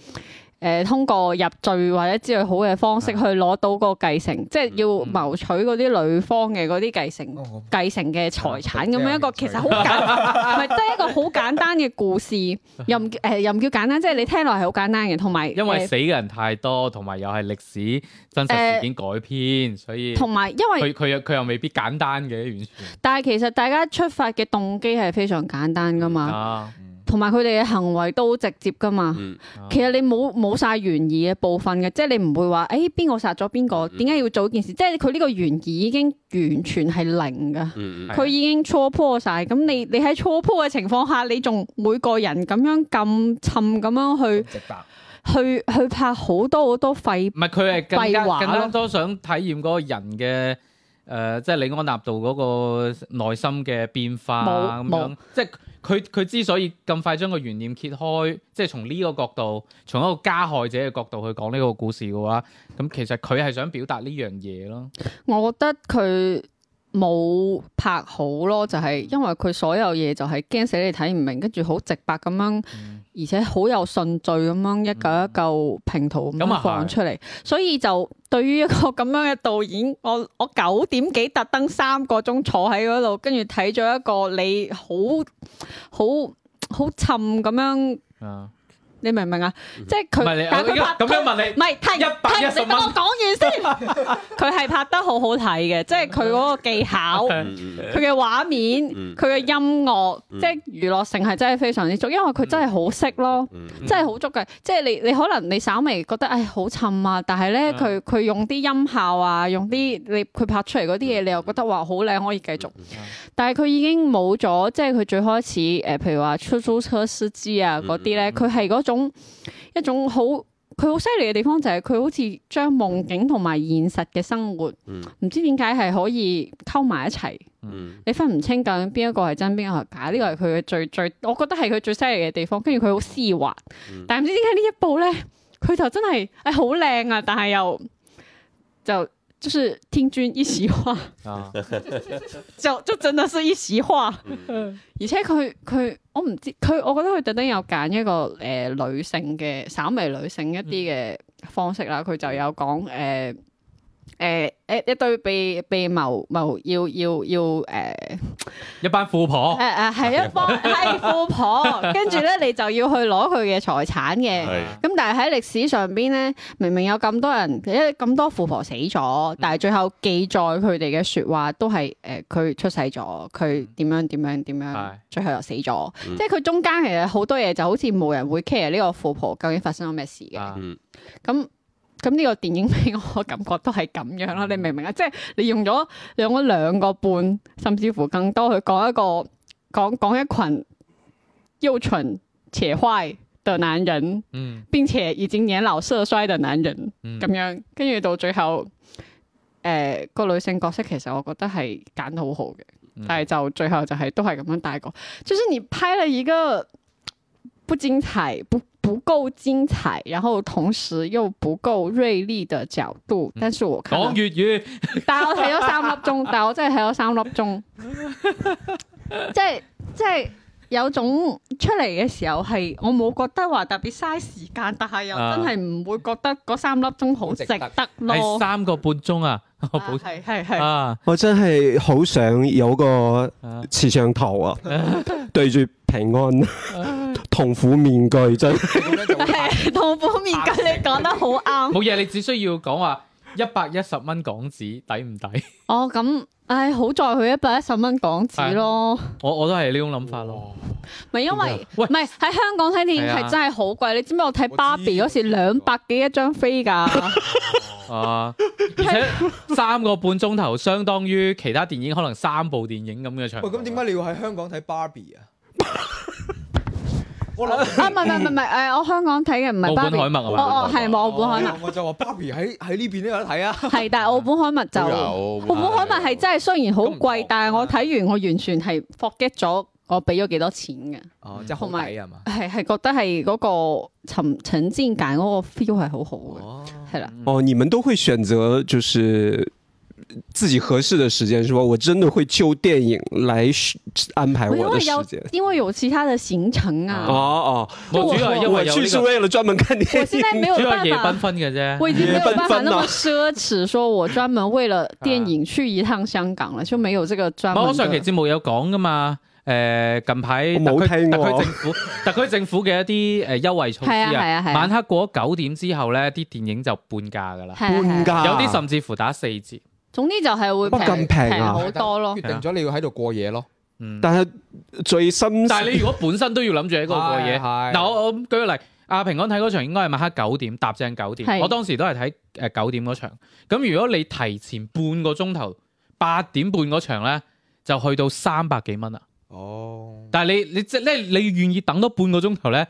[SPEAKER 3] 誒、通過入罪或者之類好嘅方式去攞到個繼承，即係要
[SPEAKER 2] 嗯
[SPEAKER 3] 謀取嗰啲女方嘅嗰啲繼承
[SPEAKER 4] 哦我
[SPEAKER 3] 繼承嘅財產咁
[SPEAKER 4] 啊
[SPEAKER 3] 樣一個，其實好簡，唔 係即係一個好簡單嘅故事，又唔誒又唔叫簡單，即係你聽落係好簡單嘅，同埋
[SPEAKER 2] 因為
[SPEAKER 3] 誒
[SPEAKER 2] 死嘅人太多，同埋又係歷史真實事件改編，所以
[SPEAKER 3] 同埋因為
[SPEAKER 2] 佢佢又佢又未必簡單嘅完全
[SPEAKER 3] 但係其實大家出發嘅動機係非常簡單噶嘛，
[SPEAKER 2] 啊。
[SPEAKER 4] 嗯
[SPEAKER 3] 同埋佢哋嘅行為都好直接噶嘛。
[SPEAKER 6] 嗯
[SPEAKER 2] 啊
[SPEAKER 3] 其實你冇冇曬懸疑嘅部分嘅，即係你唔會話誒邊個殺咗邊個，點解要做呢件事？即係佢呢個懸疑已經完全係零㗎。
[SPEAKER 6] 嗯嗯
[SPEAKER 2] 係
[SPEAKER 3] 佢已經初破晒，咁你你喺初破嘅情況下，你仲每個人咁樣咁沉咁樣去
[SPEAKER 4] 直白。
[SPEAKER 3] 去去拍好多好多廢，
[SPEAKER 2] 唔係佢係更加
[SPEAKER 3] 廢話
[SPEAKER 2] 更加
[SPEAKER 3] 咯
[SPEAKER 2] 多想體驗嗰個人嘅誒、呃即係李安納度嗰個內心嘅變化啊咁
[SPEAKER 3] 冇
[SPEAKER 2] 樣。即係佢佢之所以咁快將個懸念揭開，即係從呢個角度，從一個加害者嘅角度去講呢個故事嘅話，咁其實佢係想表達呢樣嘢咯。
[SPEAKER 3] 我覺得佢冇拍好咯，就係、因為佢所有嘢就係驚死你睇唔明，跟住好直白咁樣，
[SPEAKER 2] 嗯
[SPEAKER 3] 而且好有順序咁樣一嚿一嚿拼圖咁
[SPEAKER 2] 咁啊
[SPEAKER 3] 樣
[SPEAKER 2] 係
[SPEAKER 3] 放出嚟，所以就對於一個咁樣嘅導演，我我九點幾特登三個鐘坐喺嗰度，跟住睇咗一個你好好好沉咁樣，
[SPEAKER 2] 啊，
[SPEAKER 3] 你明唔明啊？即係
[SPEAKER 2] 嗯唔係你
[SPEAKER 3] 佢，但係佢拍
[SPEAKER 2] 咁樣問
[SPEAKER 3] 唔
[SPEAKER 2] 你，
[SPEAKER 3] 係停
[SPEAKER 2] 110
[SPEAKER 3] 停你等我講完先。佢係拍得好好睇嘅，即係佢嗰個技巧。
[SPEAKER 6] 嗯嗯嗯
[SPEAKER 3] 佢嘅畫面
[SPEAKER 6] 嗯，
[SPEAKER 3] 佢嘅音樂，
[SPEAKER 6] 嗯
[SPEAKER 3] 即係娛樂性係真係非常之足，因為佢真係好識咯，
[SPEAKER 6] 嗯嗯
[SPEAKER 3] 真係好足嘅。即係你你可能你稍微覺得唉好沉啊，但係咧
[SPEAKER 2] 嗯
[SPEAKER 3] 佢佢用啲音效啊，用啲你佢拍出嚟嗰啲嘢，你又覺得話好靚，可以繼續。但係佢已經冇咗，即係佢最開始誒、呃譬如話出租車司機啊
[SPEAKER 6] 嗯
[SPEAKER 3] 嗰啲咧，佢係嗰種一種好佢好犀利嘅地方就係佢好似將夢境同埋現實嘅生活，
[SPEAKER 6] 嗯
[SPEAKER 3] 唔知點解係可以溝埋一齊。
[SPEAKER 6] 嗯
[SPEAKER 3] 你分唔清究竟邊一個係真，邊一個係假，呢個係佢嘅最最，我覺得係佢最犀利嘅地方。跟住佢好絲滑，
[SPEAKER 6] 嗯
[SPEAKER 3] 但係唔知點解呢一部咧，佢就真係誒好靚啊，但係又就就是聽君一席話，
[SPEAKER 2] 啊
[SPEAKER 3] 就就真的是一席話。而且佢佢我唔知佢，我覺得佢特登有揀一個誒、呃女性嘅稍微女性一啲嘅方式啦，佢、就有講誒誒一一對被被謀謀要要要誒。呃
[SPEAKER 2] 一班富婆，
[SPEAKER 3] 誒誒係一幫係富婆，跟住咧你就要去攞佢嘅財產嘅。
[SPEAKER 2] 啊
[SPEAKER 6] 係
[SPEAKER 3] 咁但係喺歷史上邊咧，明明有咁多人，因為咁多富婆死
[SPEAKER 2] 嗯
[SPEAKER 3] 咗，但係最後記載佢哋嘅説話都係誒佢出世咗，佢點樣點樣點樣
[SPEAKER 2] 嗯係，
[SPEAKER 3] 最後又死咗。
[SPEAKER 6] 嗯
[SPEAKER 3] 即係佢中間其實好多嘢就好似冇人會 care 呢個富婆究竟發生咗咩事嘅。
[SPEAKER 2] 啊
[SPEAKER 6] 嗯
[SPEAKER 3] 咁咁呢個電影俾我感覺都係咁樣
[SPEAKER 2] 嗯
[SPEAKER 3] 啦，你明唔明啊？即係你用咗用咗兩個半，甚至乎更多去講一個講講一群又蠢且壞的男人，
[SPEAKER 2] 嗯
[SPEAKER 3] 並且已經年老色衰的男人
[SPEAKER 2] 嗯
[SPEAKER 3] 咁樣，跟住到最後。誒、個女性角色其實我覺得係揀得好好嘅，
[SPEAKER 2] 嗯
[SPEAKER 3] 但係就最後就係、都係咁樣帶過，就是你拍了一個不精彩、不不夠精彩，然后同时又不夠锐利的角度，但是我看
[SPEAKER 2] 講
[SPEAKER 3] 到
[SPEAKER 2] 粵語，
[SPEAKER 3] 但係我睇咗三粒鐘，但係我真係睇咗三粒鐘，即係即係有種出嚟嘅時候係我冇覺得話特別嘥時間，但係又
[SPEAKER 2] 啊
[SPEAKER 3] 真係唔會覺得嗰三粒鐘好值得
[SPEAKER 2] 係
[SPEAKER 3] 咯。
[SPEAKER 2] 三個半鐘啊，我補
[SPEAKER 3] 係係係，
[SPEAKER 2] 啊
[SPEAKER 5] 我真係好想有個
[SPEAKER 2] 啊
[SPEAKER 5] 攝像頭 啊，對住平安 痛苦面具真係。
[SPEAKER 4] 咁樣就會
[SPEAKER 3] 係痛苦面具你講得好啱。
[SPEAKER 2] 冇嘢，你只需要講話一百一十蚊港紙抵唔抵？
[SPEAKER 3] 哦，咁，唉，好在佢一百一十蚊港紙咯，
[SPEAKER 2] 我我都係呢種諗法咯。
[SPEAKER 3] 咪因為唔
[SPEAKER 2] 喂
[SPEAKER 3] 係喺香港睇電影
[SPEAKER 2] 係啊
[SPEAKER 3] 係真係好貴，你知唔知我睇芭比嗰時兩百幾一張 飛㗎？
[SPEAKER 2] 啊！而且三個半鐘頭相當於其他電影可能三部電影咁嘅長
[SPEAKER 4] 喂，
[SPEAKER 2] 度。
[SPEAKER 4] 咁點解你要喺香港睇 Barbie 啊？
[SPEAKER 3] 啊，唔係唔係唔係唔係，誒，我香港睇嘅唔係
[SPEAKER 2] 奧
[SPEAKER 3] 芭
[SPEAKER 2] 本
[SPEAKER 3] 比，
[SPEAKER 2] 海
[SPEAKER 3] 哦
[SPEAKER 2] 默係嘛？
[SPEAKER 3] 哦，係冇奧本海默，
[SPEAKER 4] 我就話 Barbie 喺喺呢邊都有得睇啊！
[SPEAKER 3] 係，但係奧本海默就
[SPEAKER 6] 都
[SPEAKER 3] 奧
[SPEAKER 6] 有
[SPEAKER 3] 本海默係真係雖然好
[SPEAKER 2] 都唔錯
[SPEAKER 3] 貴，但係我睇完我完全係 forget 咗我俾咗幾多錢嘅。
[SPEAKER 2] 嗯
[SPEAKER 4] 哦，即係好抵啊嘛！
[SPEAKER 3] 係係覺得係嗰個沉沉浸感嗰個 feel 係好好嘅，
[SPEAKER 4] 哦，
[SPEAKER 3] 係
[SPEAKER 2] 嗯
[SPEAKER 3] 啦。
[SPEAKER 5] 哦，你们都会选择就是自己合适的时间是吧？我真的会就电影来选安排
[SPEAKER 3] 因
[SPEAKER 5] 我的
[SPEAKER 3] 為
[SPEAKER 5] 时
[SPEAKER 3] 有
[SPEAKER 5] 间。
[SPEAKER 3] 因為有其他的行程
[SPEAKER 5] 哦
[SPEAKER 3] 啊，
[SPEAKER 5] 哦，
[SPEAKER 2] 我嗯主要係因
[SPEAKER 5] 我
[SPEAKER 2] 為有
[SPEAKER 5] 去
[SPEAKER 2] 呢
[SPEAKER 5] 是
[SPEAKER 2] 個
[SPEAKER 5] 为了专门看
[SPEAKER 3] 我
[SPEAKER 5] 电
[SPEAKER 3] 現
[SPEAKER 5] 影。
[SPEAKER 3] 在 沒有
[SPEAKER 2] 主要係夜
[SPEAKER 3] 辦
[SPEAKER 2] 繽
[SPEAKER 3] 法，
[SPEAKER 2] 紛嘅啫。
[SPEAKER 3] 我已經沒有辦法
[SPEAKER 5] 夜繽紛啊
[SPEAKER 3] 那麼奢侈，說我專門為了電影去一趟香港了，就沒有這個專
[SPEAKER 2] 唔係我
[SPEAKER 3] 門
[SPEAKER 2] 上期
[SPEAKER 3] 的。
[SPEAKER 2] 節目有講噶嘛？誒近排
[SPEAKER 5] 我
[SPEAKER 2] 特
[SPEAKER 5] 冇
[SPEAKER 2] 區
[SPEAKER 5] 聽
[SPEAKER 2] 特
[SPEAKER 5] 喎
[SPEAKER 2] 區政府特區政府嘅一啲誒優惠措施
[SPEAKER 3] 係啊係啊係啊
[SPEAKER 2] 晚黑過咗九點之後咧，啲電影就半價噶啦，
[SPEAKER 3] 係啊係啊
[SPEAKER 5] 半價
[SPEAKER 2] 有啲甚至乎打四折。
[SPEAKER 3] 總之就係會
[SPEAKER 5] 哇咁平啊
[SPEAKER 3] 平好多咯
[SPEAKER 4] 決。定咗你要喺度過夜咯。
[SPEAKER 2] 嗯，
[SPEAKER 5] 但系最深，
[SPEAKER 2] 但係你如果本身都要諗住喺嗰度過夜，
[SPEAKER 4] 係係
[SPEAKER 2] 嗱我我舉個例，阿平安睇嗰場應該係晚黑九點，搭正九點，
[SPEAKER 3] 係
[SPEAKER 2] 我當時都係睇誒九點嗰場。咁如果你提前半個鐘頭，八點半嗰場咧，就去到三百幾蚊啦。
[SPEAKER 4] 哦，
[SPEAKER 2] 但係你你即係咧，你願意等多半個鐘頭咧，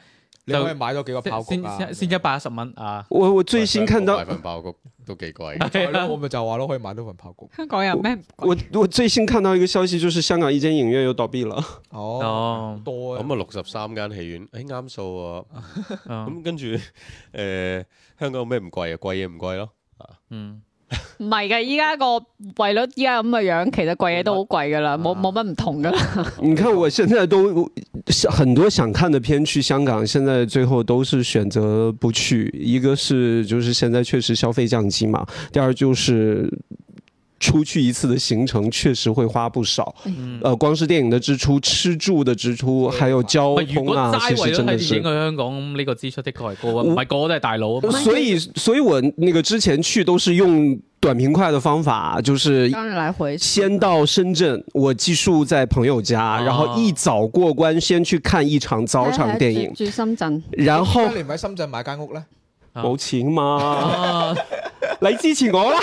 [SPEAKER 4] 你可以買多幾個炮
[SPEAKER 2] 先
[SPEAKER 4] 谷啊！
[SPEAKER 2] 先先一百一十蚊啊！
[SPEAKER 5] 我我最新看到
[SPEAKER 6] 買份爆谷都幾貴。
[SPEAKER 4] 係咯，我咪就話咯，可以買多份炮谷。
[SPEAKER 3] 香港有咩？
[SPEAKER 5] 我我最新看到一个消息，就是香港一间影院又倒闭了。
[SPEAKER 4] 哦，
[SPEAKER 2] 哦，
[SPEAKER 4] 多啊
[SPEAKER 6] 咁啊，六十三間戲院，誒啱數啊！
[SPEAKER 2] 咁
[SPEAKER 6] 咁跟住 誒，香港有咩唔貴啊？貴嘢唔貴咯。
[SPEAKER 2] 嗯，
[SPEAKER 3] 唔係嘅，依家個匯率依家咁嘅樣，其實貴嘢都好貴噶啦，冇冇乜唔同噶啦。
[SPEAKER 2] 啊
[SPEAKER 5] 你看我现在都很多想看的片去香港，现在最后都是选择不去。一个是就是现在确实消费降级嘛，第二就是。出去一次的行程确实会花不少，呃，光是电影的支出、吃住的支出，还有交
[SPEAKER 2] 喂如哎果
[SPEAKER 5] 通啊，其
[SPEAKER 2] 齋為
[SPEAKER 5] 實
[SPEAKER 2] 咗
[SPEAKER 5] 真
[SPEAKER 2] 睇電影
[SPEAKER 5] 的
[SPEAKER 2] 去
[SPEAKER 5] 是。
[SPEAKER 2] 香港，咁呢個支出的確係高啊，唔係個個都係大佬啊嘛。
[SPEAKER 5] 所以，所以我那个之前去都是用短平快的方法，就是
[SPEAKER 3] 當然來回
[SPEAKER 5] 先到深圳，我寄宿在朋友家，
[SPEAKER 2] 啊
[SPEAKER 5] 然后一早过关，先去看一场早场电影，
[SPEAKER 3] 住住深圳。
[SPEAKER 5] 然后
[SPEAKER 4] 點解你唔喺深圳買間屋咧？
[SPEAKER 2] 啊
[SPEAKER 5] 冇錢嘛，
[SPEAKER 2] 啊，
[SPEAKER 5] 你支持 我啦！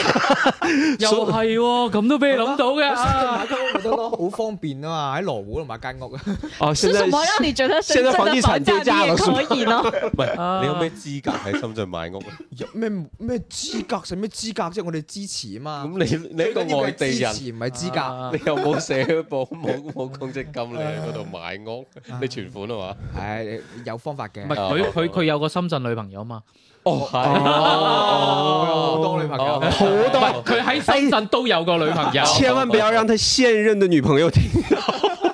[SPEAKER 2] 又係喎，咁都俾你諗到嘅啊。
[SPEAKER 4] 買間屋咪得咯，好方便啊嘛！喺羅湖度買間屋啊，
[SPEAKER 5] 哦，
[SPEAKER 3] 是
[SPEAKER 5] 現
[SPEAKER 3] 什
[SPEAKER 5] 在
[SPEAKER 3] 么让你觉得深 圳的房价你也 可以呢？
[SPEAKER 6] 唔係
[SPEAKER 2] 啊
[SPEAKER 6] 你有咩資格喺深圳買屋咧？
[SPEAKER 4] 有咩咩資格使咩資格啫？我哋支持啊
[SPEAKER 6] 咁
[SPEAKER 4] 嘛。
[SPEAKER 6] 你你一個外地
[SPEAKER 4] 最緊要係
[SPEAKER 6] 人
[SPEAKER 4] 支。持唔係資
[SPEAKER 2] 啊
[SPEAKER 4] 格，
[SPEAKER 6] 你又冇社保，冇 冇公積金，你喺嗰度買屋，你存款啊嘛？
[SPEAKER 4] 係你有方法嘅
[SPEAKER 2] 唔。係佢佢佢有個深圳女朋友嘛？
[SPEAKER 6] 哦，係
[SPEAKER 4] 我有好多女朋友，
[SPEAKER 5] 好
[SPEAKER 3] 哎
[SPEAKER 5] 多，
[SPEAKER 2] 佢喺深圳都有個女朋友。
[SPEAKER 5] 哎千萬不要讓他現任的女朋友聽到。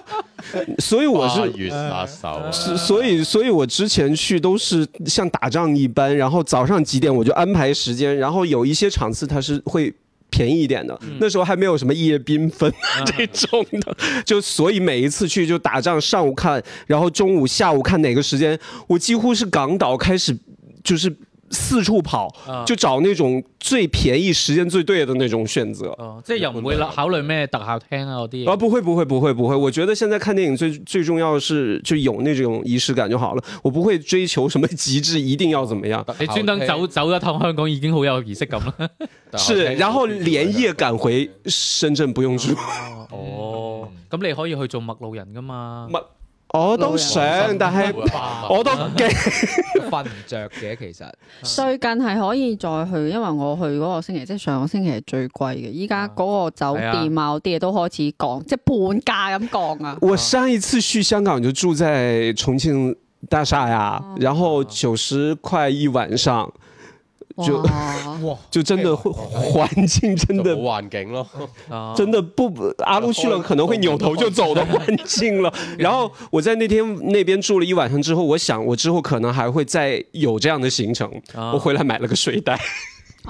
[SPEAKER 5] 所以我
[SPEAKER 6] 花
[SPEAKER 5] 是。
[SPEAKER 6] 月殺手啊！
[SPEAKER 5] 是所以，所以我之前去都是像打仗一般，然后早上几点我就安排时间，然后有一些场次它是会便宜一点的，那时候还没有什么夜缤纷 这种的，就所以每一次去就打仗，上午看，然后中午、下午看哪个时间，我几乎是港岛开始就是四处跑，
[SPEAKER 2] 啊
[SPEAKER 5] 就找那种最便宜、时间最对的那种选择。
[SPEAKER 2] 哦，即係又唔會考慮咩特效廳啊嗰啲
[SPEAKER 5] 啊，
[SPEAKER 2] 嘢。
[SPEAKER 5] 不会不会不会不会，我觉得现在看电影最最重要的是就有那种仪式感就好了，我不会追求什么极致，一定要怎么样。
[SPEAKER 2] 你專登走走一趟香港已經好有儀式感啦。
[SPEAKER 5] 是，然后连夜赶回深圳不用住。
[SPEAKER 2] 哦， 咁你可以去做陌路人噶嘛？
[SPEAKER 5] 陌我哦都想，但係我哦都驚。
[SPEAKER 4] 瞓唔着嘅其實。
[SPEAKER 3] 最近係可以再去，因為我去嗰個星期，即係上個星期係最貴嘅。依家嗰個酒店啊，嗰啲嘢都開始降，即係半價咁降啊。
[SPEAKER 5] 我上一次去香港就住在重庆大厦呀，然后九十块一晚上，就
[SPEAKER 3] 哇！
[SPEAKER 4] 哇！
[SPEAKER 5] 就真的会环境真
[SPEAKER 6] 就
[SPEAKER 5] 的
[SPEAKER 6] 冇環境咯，
[SPEAKER 2] 啊
[SPEAKER 5] 真的不阿路去了可能会扭头就走的环境了。然后我在那天那边住了一晚上之后，我想我之后可能还会再有这样的行程。
[SPEAKER 2] 啊
[SPEAKER 5] 我回来买了个睡袋，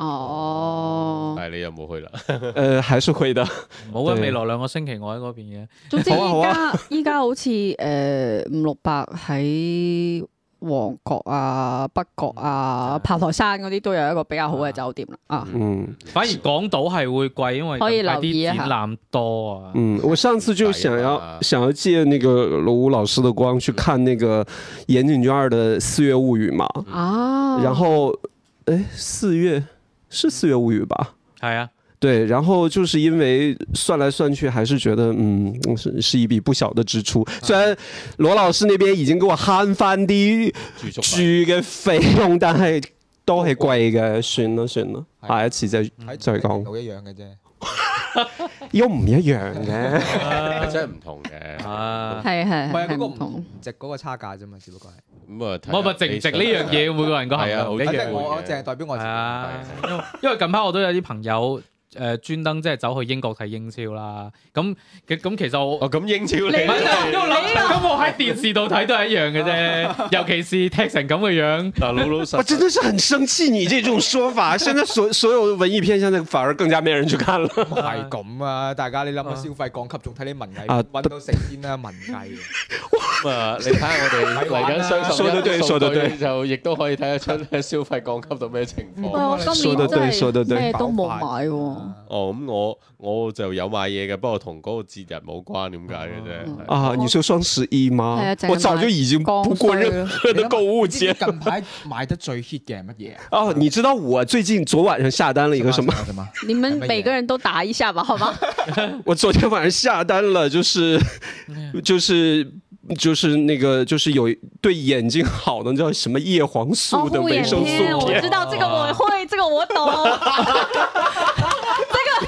[SPEAKER 3] 哦，
[SPEAKER 6] 但係你又冇去啦。
[SPEAKER 5] 呃，还是会的。
[SPEAKER 2] 冇啊！
[SPEAKER 5] 對
[SPEAKER 2] 未來兩個星期我喺嗰邊嘅。
[SPEAKER 3] 總之
[SPEAKER 5] 好啊好
[SPEAKER 3] 呃依家依家好似誒五六百喺旺角啊、北角啊、炮台山嗰啲都有一個比較好嘅酒店啦。啊，
[SPEAKER 5] 嗯
[SPEAKER 2] 反而港島係會貴，因為
[SPEAKER 3] 可以
[SPEAKER 2] 近排
[SPEAKER 3] 留意一
[SPEAKER 2] 啲
[SPEAKER 3] 下
[SPEAKER 2] 展覽多啊。
[SPEAKER 5] 嗯，我上次就想
[SPEAKER 6] 哎呀
[SPEAKER 5] 要想要借那个罗武老师的光去看那个岩井俊二的《四月物语》嘛，
[SPEAKER 3] 啊，
[SPEAKER 5] 嗯然后，哎，四月是《四月物语》吧？
[SPEAKER 2] 係啊，
[SPEAKER 5] 对，然后就是因为算来算去，还是觉得嗯，是是一笔不小的支出。虽然罗老师那边已经给我悭翻啲
[SPEAKER 6] 住宿費
[SPEAKER 5] 住嘅費用，但係都係貴嘅，算啦算啦，
[SPEAKER 4] 係
[SPEAKER 5] 下一次就
[SPEAKER 4] 喺
[SPEAKER 5] 再講，
[SPEAKER 4] 到一樣嘅啫。
[SPEAKER 5] 又唔一樣嘅。
[SPEAKER 6] 係真係唔同嘅。
[SPEAKER 2] 啊，
[SPEAKER 3] 係係
[SPEAKER 4] 唔係啊
[SPEAKER 3] 係
[SPEAKER 4] 嗰個
[SPEAKER 3] 唔同
[SPEAKER 4] 唔。值嗰個差價啫嘛，只不過係。
[SPEAKER 6] 咁啊，睇
[SPEAKER 2] 我咪
[SPEAKER 6] 下
[SPEAKER 2] 值唔
[SPEAKER 6] 你
[SPEAKER 2] 值
[SPEAKER 6] 想
[SPEAKER 2] 呢樣嘢，每個人個衡
[SPEAKER 6] 係啊
[SPEAKER 2] 量唔一
[SPEAKER 4] 啊
[SPEAKER 6] 好
[SPEAKER 4] 即
[SPEAKER 6] 睇
[SPEAKER 4] 係
[SPEAKER 2] 樣。
[SPEAKER 4] 我我淨係代表我自
[SPEAKER 2] 係
[SPEAKER 4] 己。
[SPEAKER 2] 啊
[SPEAKER 6] 係，
[SPEAKER 2] 因為因為近排我都有啲朋友誒專登即係走去英國睇英超啦。咁咁咁其實我。
[SPEAKER 6] 哦，咁英超你
[SPEAKER 2] 唔係因為我諗咁我喺電視度睇都係一樣嘅啫，尤其是踢成咁嘅樣。
[SPEAKER 6] 嗱老 老
[SPEAKER 5] 我
[SPEAKER 6] 實
[SPEAKER 5] 真
[SPEAKER 6] 實，
[SPEAKER 5] 的是很生气你这种说法。现在所所有文艺片，现在反而更加没人去看了。
[SPEAKER 4] 唔係咁啊！大家你諗下消費降級，仲睇你文藝
[SPEAKER 5] 啊
[SPEAKER 4] 揾到食先啦，文藝。
[SPEAKER 6] 咁啊，你睇下我哋
[SPEAKER 4] 係玩啊
[SPEAKER 6] 嚟緊雙十
[SPEAKER 5] 說得對
[SPEAKER 6] 一
[SPEAKER 5] 說得對
[SPEAKER 6] 數據就亦都可以睇得出消 費降級到咩情況。
[SPEAKER 3] 喂，我今
[SPEAKER 5] 說得
[SPEAKER 3] 年
[SPEAKER 5] 對
[SPEAKER 3] 真
[SPEAKER 5] 說得
[SPEAKER 3] 係
[SPEAKER 5] 對嗯
[SPEAKER 3] 咩都冇買喎。
[SPEAKER 6] 哦，咁我我就有買嘢嘅，不過同嗰個節日冇關，點解嘅啫？係
[SPEAKER 5] 啊，你说双十一吗
[SPEAKER 3] 哎呀？整
[SPEAKER 5] 我
[SPEAKER 3] 个
[SPEAKER 5] 早就已经不过任何的购物节
[SPEAKER 4] 你諗下近排賣得最 hit 嘅係乜嘢啊？
[SPEAKER 5] 哦。你知道我最近昨晚上下单了一个什么？
[SPEAKER 4] 什麼？
[SPEAKER 3] 你们每个人都打一下吧，好 吗？
[SPEAKER 5] 我昨天晚上下单了，就是哎就是。就是那个，就是有对眼睛好的，那叫什么叶黄素的维生
[SPEAKER 3] 哦片，
[SPEAKER 5] 素
[SPEAKER 3] 我
[SPEAKER 5] 片，
[SPEAKER 3] 知道这个我 会，这个我懂。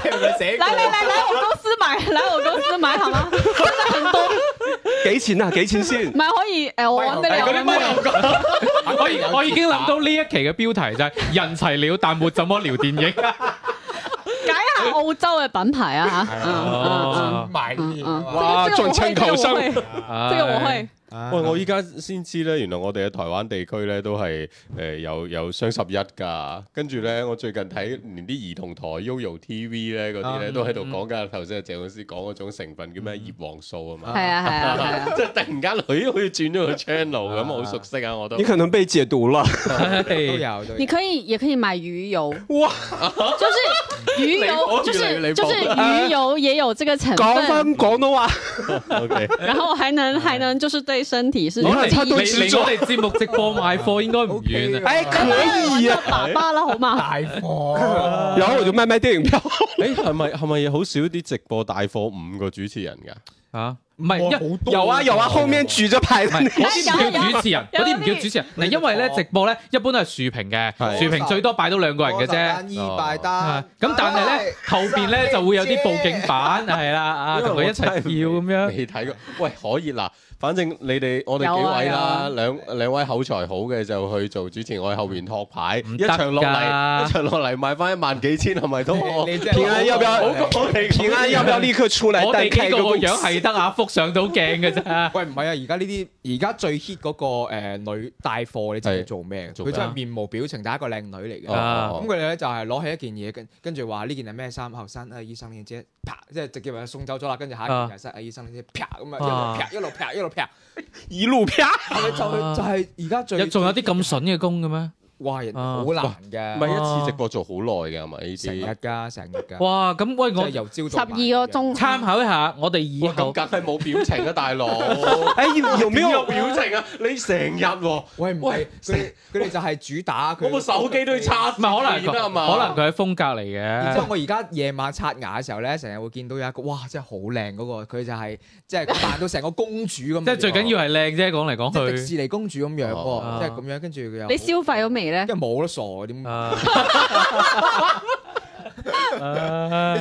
[SPEAKER 3] 这个来来来来，我公司 买，来我公司买好吗？真的很多，。
[SPEAKER 5] 给钱呐，给钱信
[SPEAKER 3] 买可以，哎，我玩得了，
[SPEAKER 2] 嗰啲
[SPEAKER 3] 玩得了。
[SPEAKER 2] 乜我已我已經諗到呢一期嘅標題就係、人齊了，但沒怎麼聊電影。
[SPEAKER 3] 解下澳洲嘅品牌啊，吓，嗯嗯
[SPEAKER 2] 哦
[SPEAKER 4] 賣
[SPEAKER 3] 嗯
[SPEAKER 4] 嘢
[SPEAKER 3] 嗯，
[SPEAKER 4] 啊嘛
[SPEAKER 5] 哇
[SPEAKER 3] 这个这个我
[SPEAKER 5] 撞
[SPEAKER 3] 会，这个我会， 这个我
[SPEAKER 5] 哎
[SPEAKER 3] 会，
[SPEAKER 4] 啊
[SPEAKER 6] 喂，我依家先知咧，原來我哋喺台灣地區咧都係誒、呃有有雙十一㗎，跟住咧我最近睇連啲兒童台 YoYo TV 咧嗰啲咧
[SPEAKER 4] 啊
[SPEAKER 6] 都喺度講緊頭先阿鄭老師講嗰種成分叫咩葉黃素啊嘛，
[SPEAKER 3] 系啊系啊系啊。
[SPEAKER 6] 即係突然間佢好似轉咗個 channel 咁，好熟悉啊我都
[SPEAKER 5] 你。可能被解毒了，
[SPEAKER 4] 都
[SPEAKER 2] 係
[SPEAKER 4] 有都 有
[SPEAKER 3] 你。可以，也可以买鱼 油，
[SPEAKER 5] 哇！
[SPEAKER 3] 就是鱼
[SPEAKER 6] 雷
[SPEAKER 3] 油，
[SPEAKER 6] 锋
[SPEAKER 3] 就
[SPEAKER 6] 雷
[SPEAKER 3] 是
[SPEAKER 6] 雷
[SPEAKER 3] 就
[SPEAKER 6] 锋
[SPEAKER 3] 是鱼油也有这个成
[SPEAKER 5] 搞
[SPEAKER 3] 分，
[SPEAKER 5] 翻广东话，
[SPEAKER 6] OK，
[SPEAKER 3] 然后还能还能就是对身体是
[SPEAKER 5] 你看他
[SPEAKER 3] 有
[SPEAKER 5] 都
[SPEAKER 3] 益
[SPEAKER 2] 嚟
[SPEAKER 3] 的
[SPEAKER 5] 知足
[SPEAKER 2] 嚟我哋節目直播賣貨應該唔遠啊。
[SPEAKER 5] 哎，可以呀、啊
[SPEAKER 3] 爸爸啦，好 嘛？
[SPEAKER 4] 大貨。
[SPEAKER 5] 然后我就卖卖电影票。
[SPEAKER 6] 誒係咪係咪好少啲直播帶貨五個主持人㗎？
[SPEAKER 2] 啊，唔係
[SPEAKER 4] 哇
[SPEAKER 2] 一
[SPEAKER 4] 好多
[SPEAKER 5] 有啊有啊，后面
[SPEAKER 4] 唔
[SPEAKER 5] 举着牌
[SPEAKER 2] 唔
[SPEAKER 5] 的
[SPEAKER 2] 係嗰
[SPEAKER 5] 那
[SPEAKER 2] 啲唔
[SPEAKER 3] 有有
[SPEAKER 2] 叫主持人，
[SPEAKER 3] 有
[SPEAKER 2] 嗰啲唔叫主持人。嗱，因為咧直播咧一般都係豎屏嘅，
[SPEAKER 6] 係
[SPEAKER 2] 豎屏最多擺到兩個人嘅啫。
[SPEAKER 4] 單二拜單
[SPEAKER 2] 啊，咁但係咧後邊咧就會有啲報警板係啦， 啊同佢一齊跳咁樣。
[SPEAKER 6] 未睇過，喂，可以嗱，反正你哋我哋幾
[SPEAKER 3] 有啊
[SPEAKER 6] 位
[SPEAKER 3] 有
[SPEAKER 6] 啦
[SPEAKER 3] 啊，
[SPEAKER 6] 兩兩位口才好嘅就去做主持，我喺後邊托牌，
[SPEAKER 2] 唔
[SPEAKER 6] 一
[SPEAKER 2] 得
[SPEAKER 6] 場落嚟，
[SPEAKER 2] 㗎
[SPEAKER 6] 一場落嚟賣翻一萬幾千，係咪都我
[SPEAKER 4] 你真係
[SPEAKER 5] 平安要不要？
[SPEAKER 6] 好過你咁
[SPEAKER 5] 平安要不要立刻出来
[SPEAKER 2] 我
[SPEAKER 5] 代
[SPEAKER 2] 哋幾
[SPEAKER 5] 开一
[SPEAKER 2] 個
[SPEAKER 5] 个
[SPEAKER 2] 個
[SPEAKER 5] 公
[SPEAKER 2] 樣
[SPEAKER 5] 司？
[SPEAKER 2] 係得阿福上到鏡 嘅咋。
[SPEAKER 4] 喂，唔係啊！而家呢啲而家最 hit 嗰個誒女帶貨，你知唔知做咩嘅？
[SPEAKER 6] 做咩
[SPEAKER 4] 佢
[SPEAKER 6] 啊
[SPEAKER 4] 就係面無表情，但係一個靚女嚟嘅。
[SPEAKER 2] 啊
[SPEAKER 4] 咁
[SPEAKER 6] 哦
[SPEAKER 4] 佢哋咧就係攞起一件嘢，跟跟住話呢件係咩衫？後生啊，醫生呢件啫，啪，即係直接話送走咗啦。跟住下一件
[SPEAKER 2] 啊
[SPEAKER 4] 就係生啊，醫生呢件，啪咁
[SPEAKER 2] 啊
[SPEAKER 4] 啊，一路啪一路啪
[SPEAKER 5] 一路啪！
[SPEAKER 4] 一路啪，係咪就就係而家
[SPEAKER 2] 有
[SPEAKER 4] 最
[SPEAKER 2] 仲有啲咁筍嘅工嘅咩？
[SPEAKER 4] 哇人
[SPEAKER 2] 啊
[SPEAKER 4] 好難
[SPEAKER 6] 唔
[SPEAKER 4] 嘅，
[SPEAKER 6] 係一次直播做好耐㗎，係咪呢
[SPEAKER 4] 成日
[SPEAKER 6] 啲？
[SPEAKER 4] 㗎，成日㗎，
[SPEAKER 2] 哇！咁喂
[SPEAKER 4] 即係
[SPEAKER 2] 我。
[SPEAKER 4] 由朝
[SPEAKER 3] 十
[SPEAKER 4] 到
[SPEAKER 3] 二個鐘
[SPEAKER 2] 參考一下，我哋以
[SPEAKER 6] 哇咁
[SPEAKER 2] 後
[SPEAKER 6] 梗係冇表情啊，大佬！
[SPEAKER 5] 哎，有有没
[SPEAKER 6] 邊有
[SPEAKER 5] 有？
[SPEAKER 6] 表情啊？你成日喎，
[SPEAKER 4] 喂唔係
[SPEAKER 6] 喂
[SPEAKER 4] 佢哋佢哋就係主打佢
[SPEAKER 6] 我部手機都要叉
[SPEAKER 2] 唔係可能
[SPEAKER 6] 電啦，係啊嘛？
[SPEAKER 2] 佢可能佢係風格嚟
[SPEAKER 4] 然之
[SPEAKER 2] 嘅，
[SPEAKER 4] 後我而家夜晚刷牙嘅時候咧，成日會見到有一個哇，真係好靚嗰個，佢就係即係扮到成個公主咁樣，
[SPEAKER 2] 即係最緊要係靚啫。講嚟
[SPEAKER 4] 即係迪
[SPEAKER 2] 講去，
[SPEAKER 4] 士尼公主咁樣
[SPEAKER 2] 哦
[SPEAKER 4] 喎，即係咁樣，跟住佢又
[SPEAKER 3] 你消費咗未咧？
[SPEAKER 4] 因為冇得傻嘅點？
[SPEAKER 2] 啊
[SPEAKER 4] 你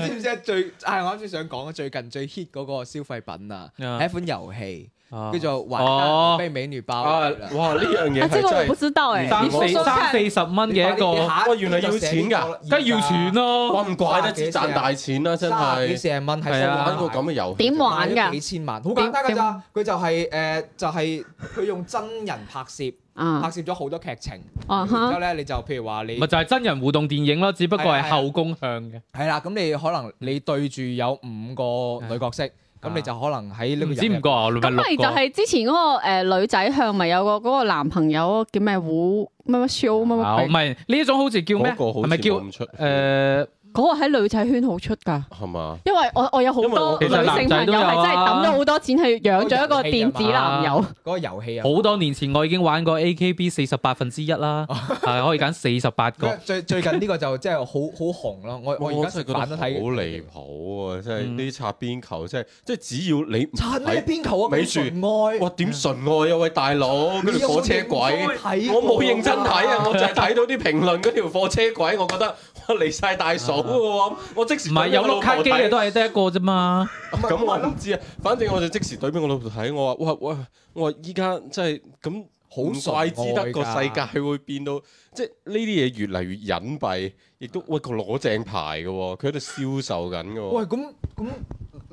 [SPEAKER 4] 知唔知啊最係我啱先想講啊嘅最近最 hit 嗰個消費品啊，
[SPEAKER 2] 啊
[SPEAKER 4] 係一款遊戲
[SPEAKER 2] 啊
[SPEAKER 4] 叫做《
[SPEAKER 2] 哦
[SPEAKER 4] 玩被美女包
[SPEAKER 6] 啊
[SPEAKER 4] 圍》啦。
[SPEAKER 6] 哇！呢樣嘢
[SPEAKER 3] 啊，
[SPEAKER 6] 係
[SPEAKER 3] 这
[SPEAKER 6] 真
[SPEAKER 3] 个我不
[SPEAKER 6] 係，
[SPEAKER 3] 知道哎，
[SPEAKER 2] 三
[SPEAKER 3] 你
[SPEAKER 2] 四
[SPEAKER 3] 说说
[SPEAKER 2] 三
[SPEAKER 3] 看。
[SPEAKER 2] 四十蚊嘅一
[SPEAKER 4] 你
[SPEAKER 2] 個，
[SPEAKER 4] 下
[SPEAKER 6] 哇原來要錢㗎
[SPEAKER 2] 梗係要錢
[SPEAKER 6] 哇
[SPEAKER 2] 咯。
[SPEAKER 6] 唔怪得之賺大錢啦，真
[SPEAKER 4] 三十幾
[SPEAKER 6] 係
[SPEAKER 4] 四十蚊係
[SPEAKER 2] 係啊
[SPEAKER 6] 玩
[SPEAKER 4] 玩
[SPEAKER 6] 個
[SPEAKER 4] 個
[SPEAKER 6] 咁嘅遊戲。
[SPEAKER 3] 點玩
[SPEAKER 4] 買咗
[SPEAKER 3] 㗎
[SPEAKER 4] 幾千萬，好簡單㗎咋？佢就係誒，就係佢用真人拍攝，拍
[SPEAKER 3] 啊
[SPEAKER 4] 攝咗好多劇情。
[SPEAKER 3] 啊
[SPEAKER 4] 然之後
[SPEAKER 3] 哈！
[SPEAKER 4] 咧，你就譬如話你
[SPEAKER 2] 咪就係真人互動電影咯，只不過
[SPEAKER 4] 係
[SPEAKER 2] 係
[SPEAKER 4] 啊係啊
[SPEAKER 2] 後宮向嘅。
[SPEAKER 4] 係啦，咁你可能你對住有五個女角色，咁
[SPEAKER 6] 啊
[SPEAKER 4] 你就可能喺呢個
[SPEAKER 2] 唔知
[SPEAKER 4] 人
[SPEAKER 2] 唔
[SPEAKER 4] 入
[SPEAKER 2] 覺啊，咪
[SPEAKER 3] 咁咪
[SPEAKER 2] 六
[SPEAKER 3] 就
[SPEAKER 2] 個。
[SPEAKER 3] 係之前嗰個呃女仔向咪有個嗰個男朋友叫咩胡乜乜 show 乜
[SPEAKER 2] 啊
[SPEAKER 3] 乜
[SPEAKER 2] 唔
[SPEAKER 3] 鬼，
[SPEAKER 2] 係呢一種好似叫咩？
[SPEAKER 6] 嗰個好
[SPEAKER 2] 係
[SPEAKER 6] 似
[SPEAKER 2] 咪叫呃
[SPEAKER 6] 冇咁出
[SPEAKER 2] 誒？
[SPEAKER 3] 嗰個喺女仔圈好出㗎。
[SPEAKER 6] 係嘛？
[SPEAKER 3] 因為我我有好多
[SPEAKER 2] 因
[SPEAKER 3] 女
[SPEAKER 2] 為我
[SPEAKER 3] 性朋友係
[SPEAKER 2] 啊
[SPEAKER 3] 真係抌咗好多錢去養咗一個電子男友，
[SPEAKER 4] 嗰個遊戲啊，
[SPEAKER 2] 好多年前我已經玩過 AKB 四十八分之一 啦，係可以揀四十八個。
[SPEAKER 4] 啊最最近呢個就真係好好紅咯。我我而家食
[SPEAKER 6] 覺得好
[SPEAKER 4] 飯都睇
[SPEAKER 6] 離譜啊！即係
[SPEAKER 2] 嗯
[SPEAKER 6] 呢啲擦邊球，即係即係只要你唔
[SPEAKER 4] 擦咩
[SPEAKER 6] 睇
[SPEAKER 4] 邊球啊？
[SPEAKER 6] 咪
[SPEAKER 4] 咁
[SPEAKER 6] 住
[SPEAKER 4] 純愛
[SPEAKER 6] 哇！點純愛啊，喂大佬，跟
[SPEAKER 4] 你
[SPEAKER 6] 住
[SPEAKER 4] 有冇
[SPEAKER 6] 火車
[SPEAKER 4] 認
[SPEAKER 6] 軌
[SPEAKER 4] 真，睇
[SPEAKER 6] 我冇
[SPEAKER 4] 過
[SPEAKER 6] 認真睇啊，
[SPEAKER 4] 㗎
[SPEAKER 6] 我就係睇到啲評論嗰條火車軌，我覺得哇離晒大數喎，我即時
[SPEAKER 2] 唔係有碌卡機啊嘅都
[SPEAKER 6] 係。
[SPEAKER 2] 係得一個啫嘛。
[SPEAKER 6] 咁我唔知啊，反正我就即時對俾我老婆睇，我話哇哇，我話依家真係咁
[SPEAKER 4] 好
[SPEAKER 6] 唔怪之得個
[SPEAKER 4] 純愛
[SPEAKER 6] 世
[SPEAKER 4] 㗎
[SPEAKER 6] 界會變到，即係呢啲嘢越嚟越隱蔽，亦都喂佢攞正牌嘅喎，佢喺度銷售緊嘅
[SPEAKER 4] 喂，
[SPEAKER 6] 喎。
[SPEAKER 4] 咁咁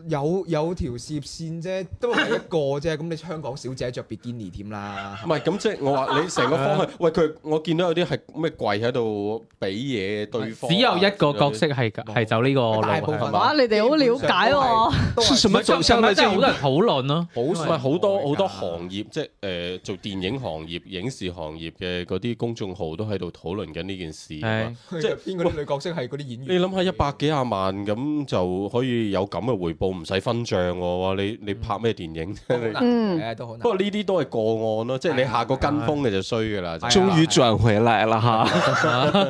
[SPEAKER 4] 有有條事業線啫，都係一個啫。咁你香港小姐着比堅尼添啦
[SPEAKER 6] 唔。係咁即係我話你成個方向，喂佢我見到有啲係咩跪喺度俾嘢對方啊，
[SPEAKER 2] 只有一個角色係係走呢個路啊
[SPEAKER 4] 大部分
[SPEAKER 2] 係嘛
[SPEAKER 3] 哇！你哋好了解喎，
[SPEAKER 4] 都係
[SPEAKER 5] 是什麼走向呢？
[SPEAKER 2] 真係好
[SPEAKER 5] 這
[SPEAKER 2] 多人討論咯。
[SPEAKER 6] 好唔係好
[SPEAKER 4] 愛
[SPEAKER 6] 多
[SPEAKER 4] 㗎
[SPEAKER 6] 好多行業，即係誒、呃做電影行業、影視行業嘅嗰啲公眾號都喺度討論緊呢件事啊嘛。
[SPEAKER 4] 即係邊個女角色係嗰啲演
[SPEAKER 6] 你
[SPEAKER 4] 員？
[SPEAKER 6] 諗下一 百幾廿萬咁就可以有咁嘅回報，唔使分帳喎。你
[SPEAKER 2] 嗯
[SPEAKER 6] 你拍咩 電影？你
[SPEAKER 3] 嗯，
[SPEAKER 4] 啊誒都好難
[SPEAKER 6] 不過呢啲都係個
[SPEAKER 2] 嗯
[SPEAKER 6] 案咯，即係你下
[SPEAKER 2] 啊
[SPEAKER 6] 個跟風嘅就衰㗎啦。
[SPEAKER 4] 係啊
[SPEAKER 5] 終於轉回來了哈，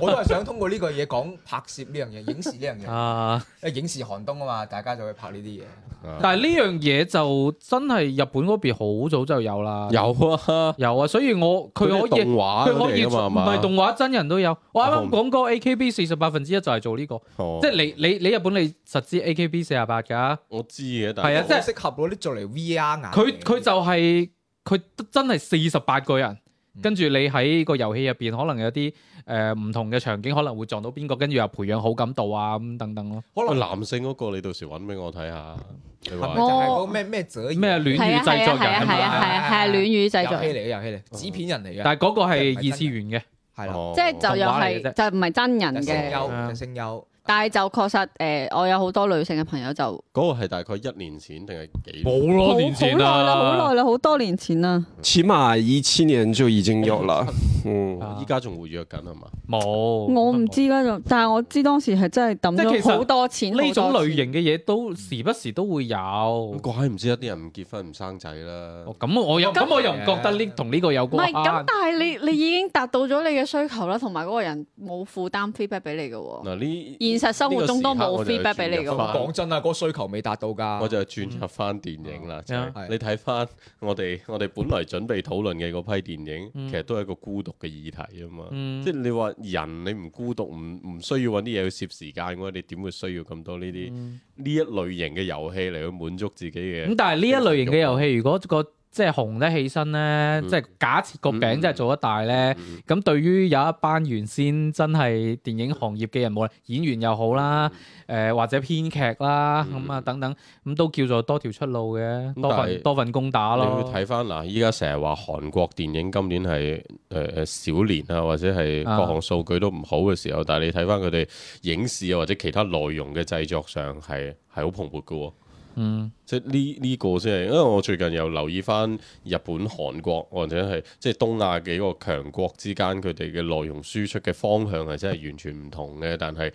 [SPEAKER 4] 我都係想通過呢個嘢講拍攝呢樣 嘢、影視呢樣嘢。
[SPEAKER 2] 啊！
[SPEAKER 4] 因為影視寒冬啊嘛，大家就會拍呢啲嘢。
[SPEAKER 6] 啊
[SPEAKER 2] 但係呢樣嘢就真係日本嗰邊好早就有啦，
[SPEAKER 6] 有啊，
[SPEAKER 2] 有啊，所以我佢
[SPEAKER 6] 佢
[SPEAKER 2] 可
[SPEAKER 6] 可
[SPEAKER 2] 以
[SPEAKER 6] 動畫
[SPEAKER 2] 佢
[SPEAKER 6] 嗰
[SPEAKER 2] 可以
[SPEAKER 6] 啲嚟
[SPEAKER 2] 做
[SPEAKER 6] 㗎
[SPEAKER 2] 唔
[SPEAKER 6] 嘛，
[SPEAKER 2] 係
[SPEAKER 6] 係嘛
[SPEAKER 2] 動畫真人都有。我啱
[SPEAKER 6] 我
[SPEAKER 2] 啱
[SPEAKER 6] 唔
[SPEAKER 2] 講嗰 AKB 四十八分之一就係做呢個，
[SPEAKER 6] 哦
[SPEAKER 2] 即係你你你日本你實知 AKB 四十八㗎，
[SPEAKER 6] 我知嘅，但
[SPEAKER 2] 係啊
[SPEAKER 4] 好
[SPEAKER 2] 即係
[SPEAKER 4] 適合攞啲做嚟啊 VR 眼。
[SPEAKER 2] 佢佢就係佢真係四十八個人。
[SPEAKER 6] 嗯
[SPEAKER 2] 跟住你喺個遊戲入邊，可能有啲誒唔同嘅場景，可能會撞到邊個，跟住又培養好感度啊咁等等咯。
[SPEAKER 4] 可
[SPEAKER 6] 喂
[SPEAKER 4] 能
[SPEAKER 6] 男性嗰個你到時揾俾我睇下，你
[SPEAKER 4] 係咪
[SPEAKER 6] 話
[SPEAKER 4] 就係嗰個咩咩者
[SPEAKER 2] 咩戀
[SPEAKER 3] 係
[SPEAKER 2] 與
[SPEAKER 3] 啊係
[SPEAKER 2] 製
[SPEAKER 3] 啊
[SPEAKER 2] 作
[SPEAKER 3] 係啊
[SPEAKER 2] 人係
[SPEAKER 3] 係啊
[SPEAKER 2] 嘛
[SPEAKER 3] 係啊係啊戀與製
[SPEAKER 4] 遊
[SPEAKER 3] 作
[SPEAKER 4] 戲
[SPEAKER 3] 人
[SPEAKER 4] 嚟。嘅遊戲嚟，紙片人嚟嘅，
[SPEAKER 2] 但係嗰個係二次元嘅，
[SPEAKER 4] 係啦，
[SPEAKER 6] 哦
[SPEAKER 3] 即係就又係
[SPEAKER 2] 啊動畫嚟嘅
[SPEAKER 3] 就唔係真
[SPEAKER 4] 就
[SPEAKER 3] 人
[SPEAKER 4] 聲
[SPEAKER 3] 嘅，
[SPEAKER 4] 優就聲優。
[SPEAKER 3] 但係就確實誒、呃我有好多女性嘅朋友就好
[SPEAKER 6] 嗰個係大概一年前定係幾年？啊
[SPEAKER 2] 冇
[SPEAKER 3] 好耐
[SPEAKER 2] 啊
[SPEAKER 3] 啦，好耐啦，好多年前啦。
[SPEAKER 5] 起碼一七年就已經有了，
[SPEAKER 4] 哎
[SPEAKER 5] 嗯，
[SPEAKER 2] 啊
[SPEAKER 6] 哦依家仲活躍緊係嘛？
[SPEAKER 2] 冇。
[SPEAKER 3] 我唔知啦，就但係我知當時係真係抌
[SPEAKER 2] 即係其
[SPEAKER 3] 咗
[SPEAKER 2] 實
[SPEAKER 3] 好多錢。
[SPEAKER 2] 呢種
[SPEAKER 3] 好多錢
[SPEAKER 2] 類，型嘅嘢都時不時都會有。
[SPEAKER 6] 咁
[SPEAKER 2] 哦
[SPEAKER 6] 怪唔知一啲人唔結婚唔生仔啦。
[SPEAKER 2] 咁我又
[SPEAKER 4] 咁
[SPEAKER 2] 咁我又唔覺得呢同呢個有
[SPEAKER 3] 唔
[SPEAKER 2] 關。
[SPEAKER 3] 係咁，但係你你已經達到咗你嘅需求啦，同埋嗰個人冇負擔 feedback 俾你嘅喎。
[SPEAKER 6] 嗱呢，
[SPEAKER 3] 現實生活中都冇
[SPEAKER 6] 呢個時刻
[SPEAKER 3] feedback 俾你嘅
[SPEAKER 6] 我哋
[SPEAKER 3] 喎。
[SPEAKER 6] 就轉入
[SPEAKER 4] 講真啊，嗰個需求未達到
[SPEAKER 2] 啊
[SPEAKER 4] 㗎。
[SPEAKER 6] 我就轉入翻電影啦。就係
[SPEAKER 4] 係
[SPEAKER 6] 你睇翻 我哋我哋本來準備討論嘅嗰批電影，其實都係一個孤獨嘅議題啊嘛。
[SPEAKER 2] 嗯
[SPEAKER 6] 即係你話人你唔孤獨，唔唔需要揾啲嘢去攝時間嘅話，你點會需要咁多呢啲呢一類型嘅遊戲嚟去滿足自己嘅？
[SPEAKER 2] 嗯咁但係呢一類型嘅遊戲，如果個即係紅得起身咧，
[SPEAKER 6] 嗯
[SPEAKER 2] 即係假設個餅真係做得大咧，咁對於有一班原先真係電影行業嘅人，無論演員又好啦，
[SPEAKER 6] 嗯
[SPEAKER 2] 誒或者編劇啦，咁啊等等，咁都叫做多條出路嘅，
[SPEAKER 6] 咁
[SPEAKER 2] 多
[SPEAKER 6] 但
[SPEAKER 2] 份
[SPEAKER 6] 係
[SPEAKER 2] 多份工打
[SPEAKER 6] 你
[SPEAKER 2] 咯
[SPEAKER 6] 要。睇翻嗱，依家成日話韓國電影今年係誒誒少年啊，或者係
[SPEAKER 2] 啊
[SPEAKER 6] 各項數據都唔好嘅時候，但係你睇翻佢哋影視啊或者其他內容嘅製作上係係好蓬勃嘅喎。
[SPEAKER 2] 嗯，
[SPEAKER 6] 即係呢呢個先係，因為我最近又留意翻日本、韓國或者係即係東亞幾個強國之間佢哋嘅內容輸出嘅方向係真係完全唔同嘅。但係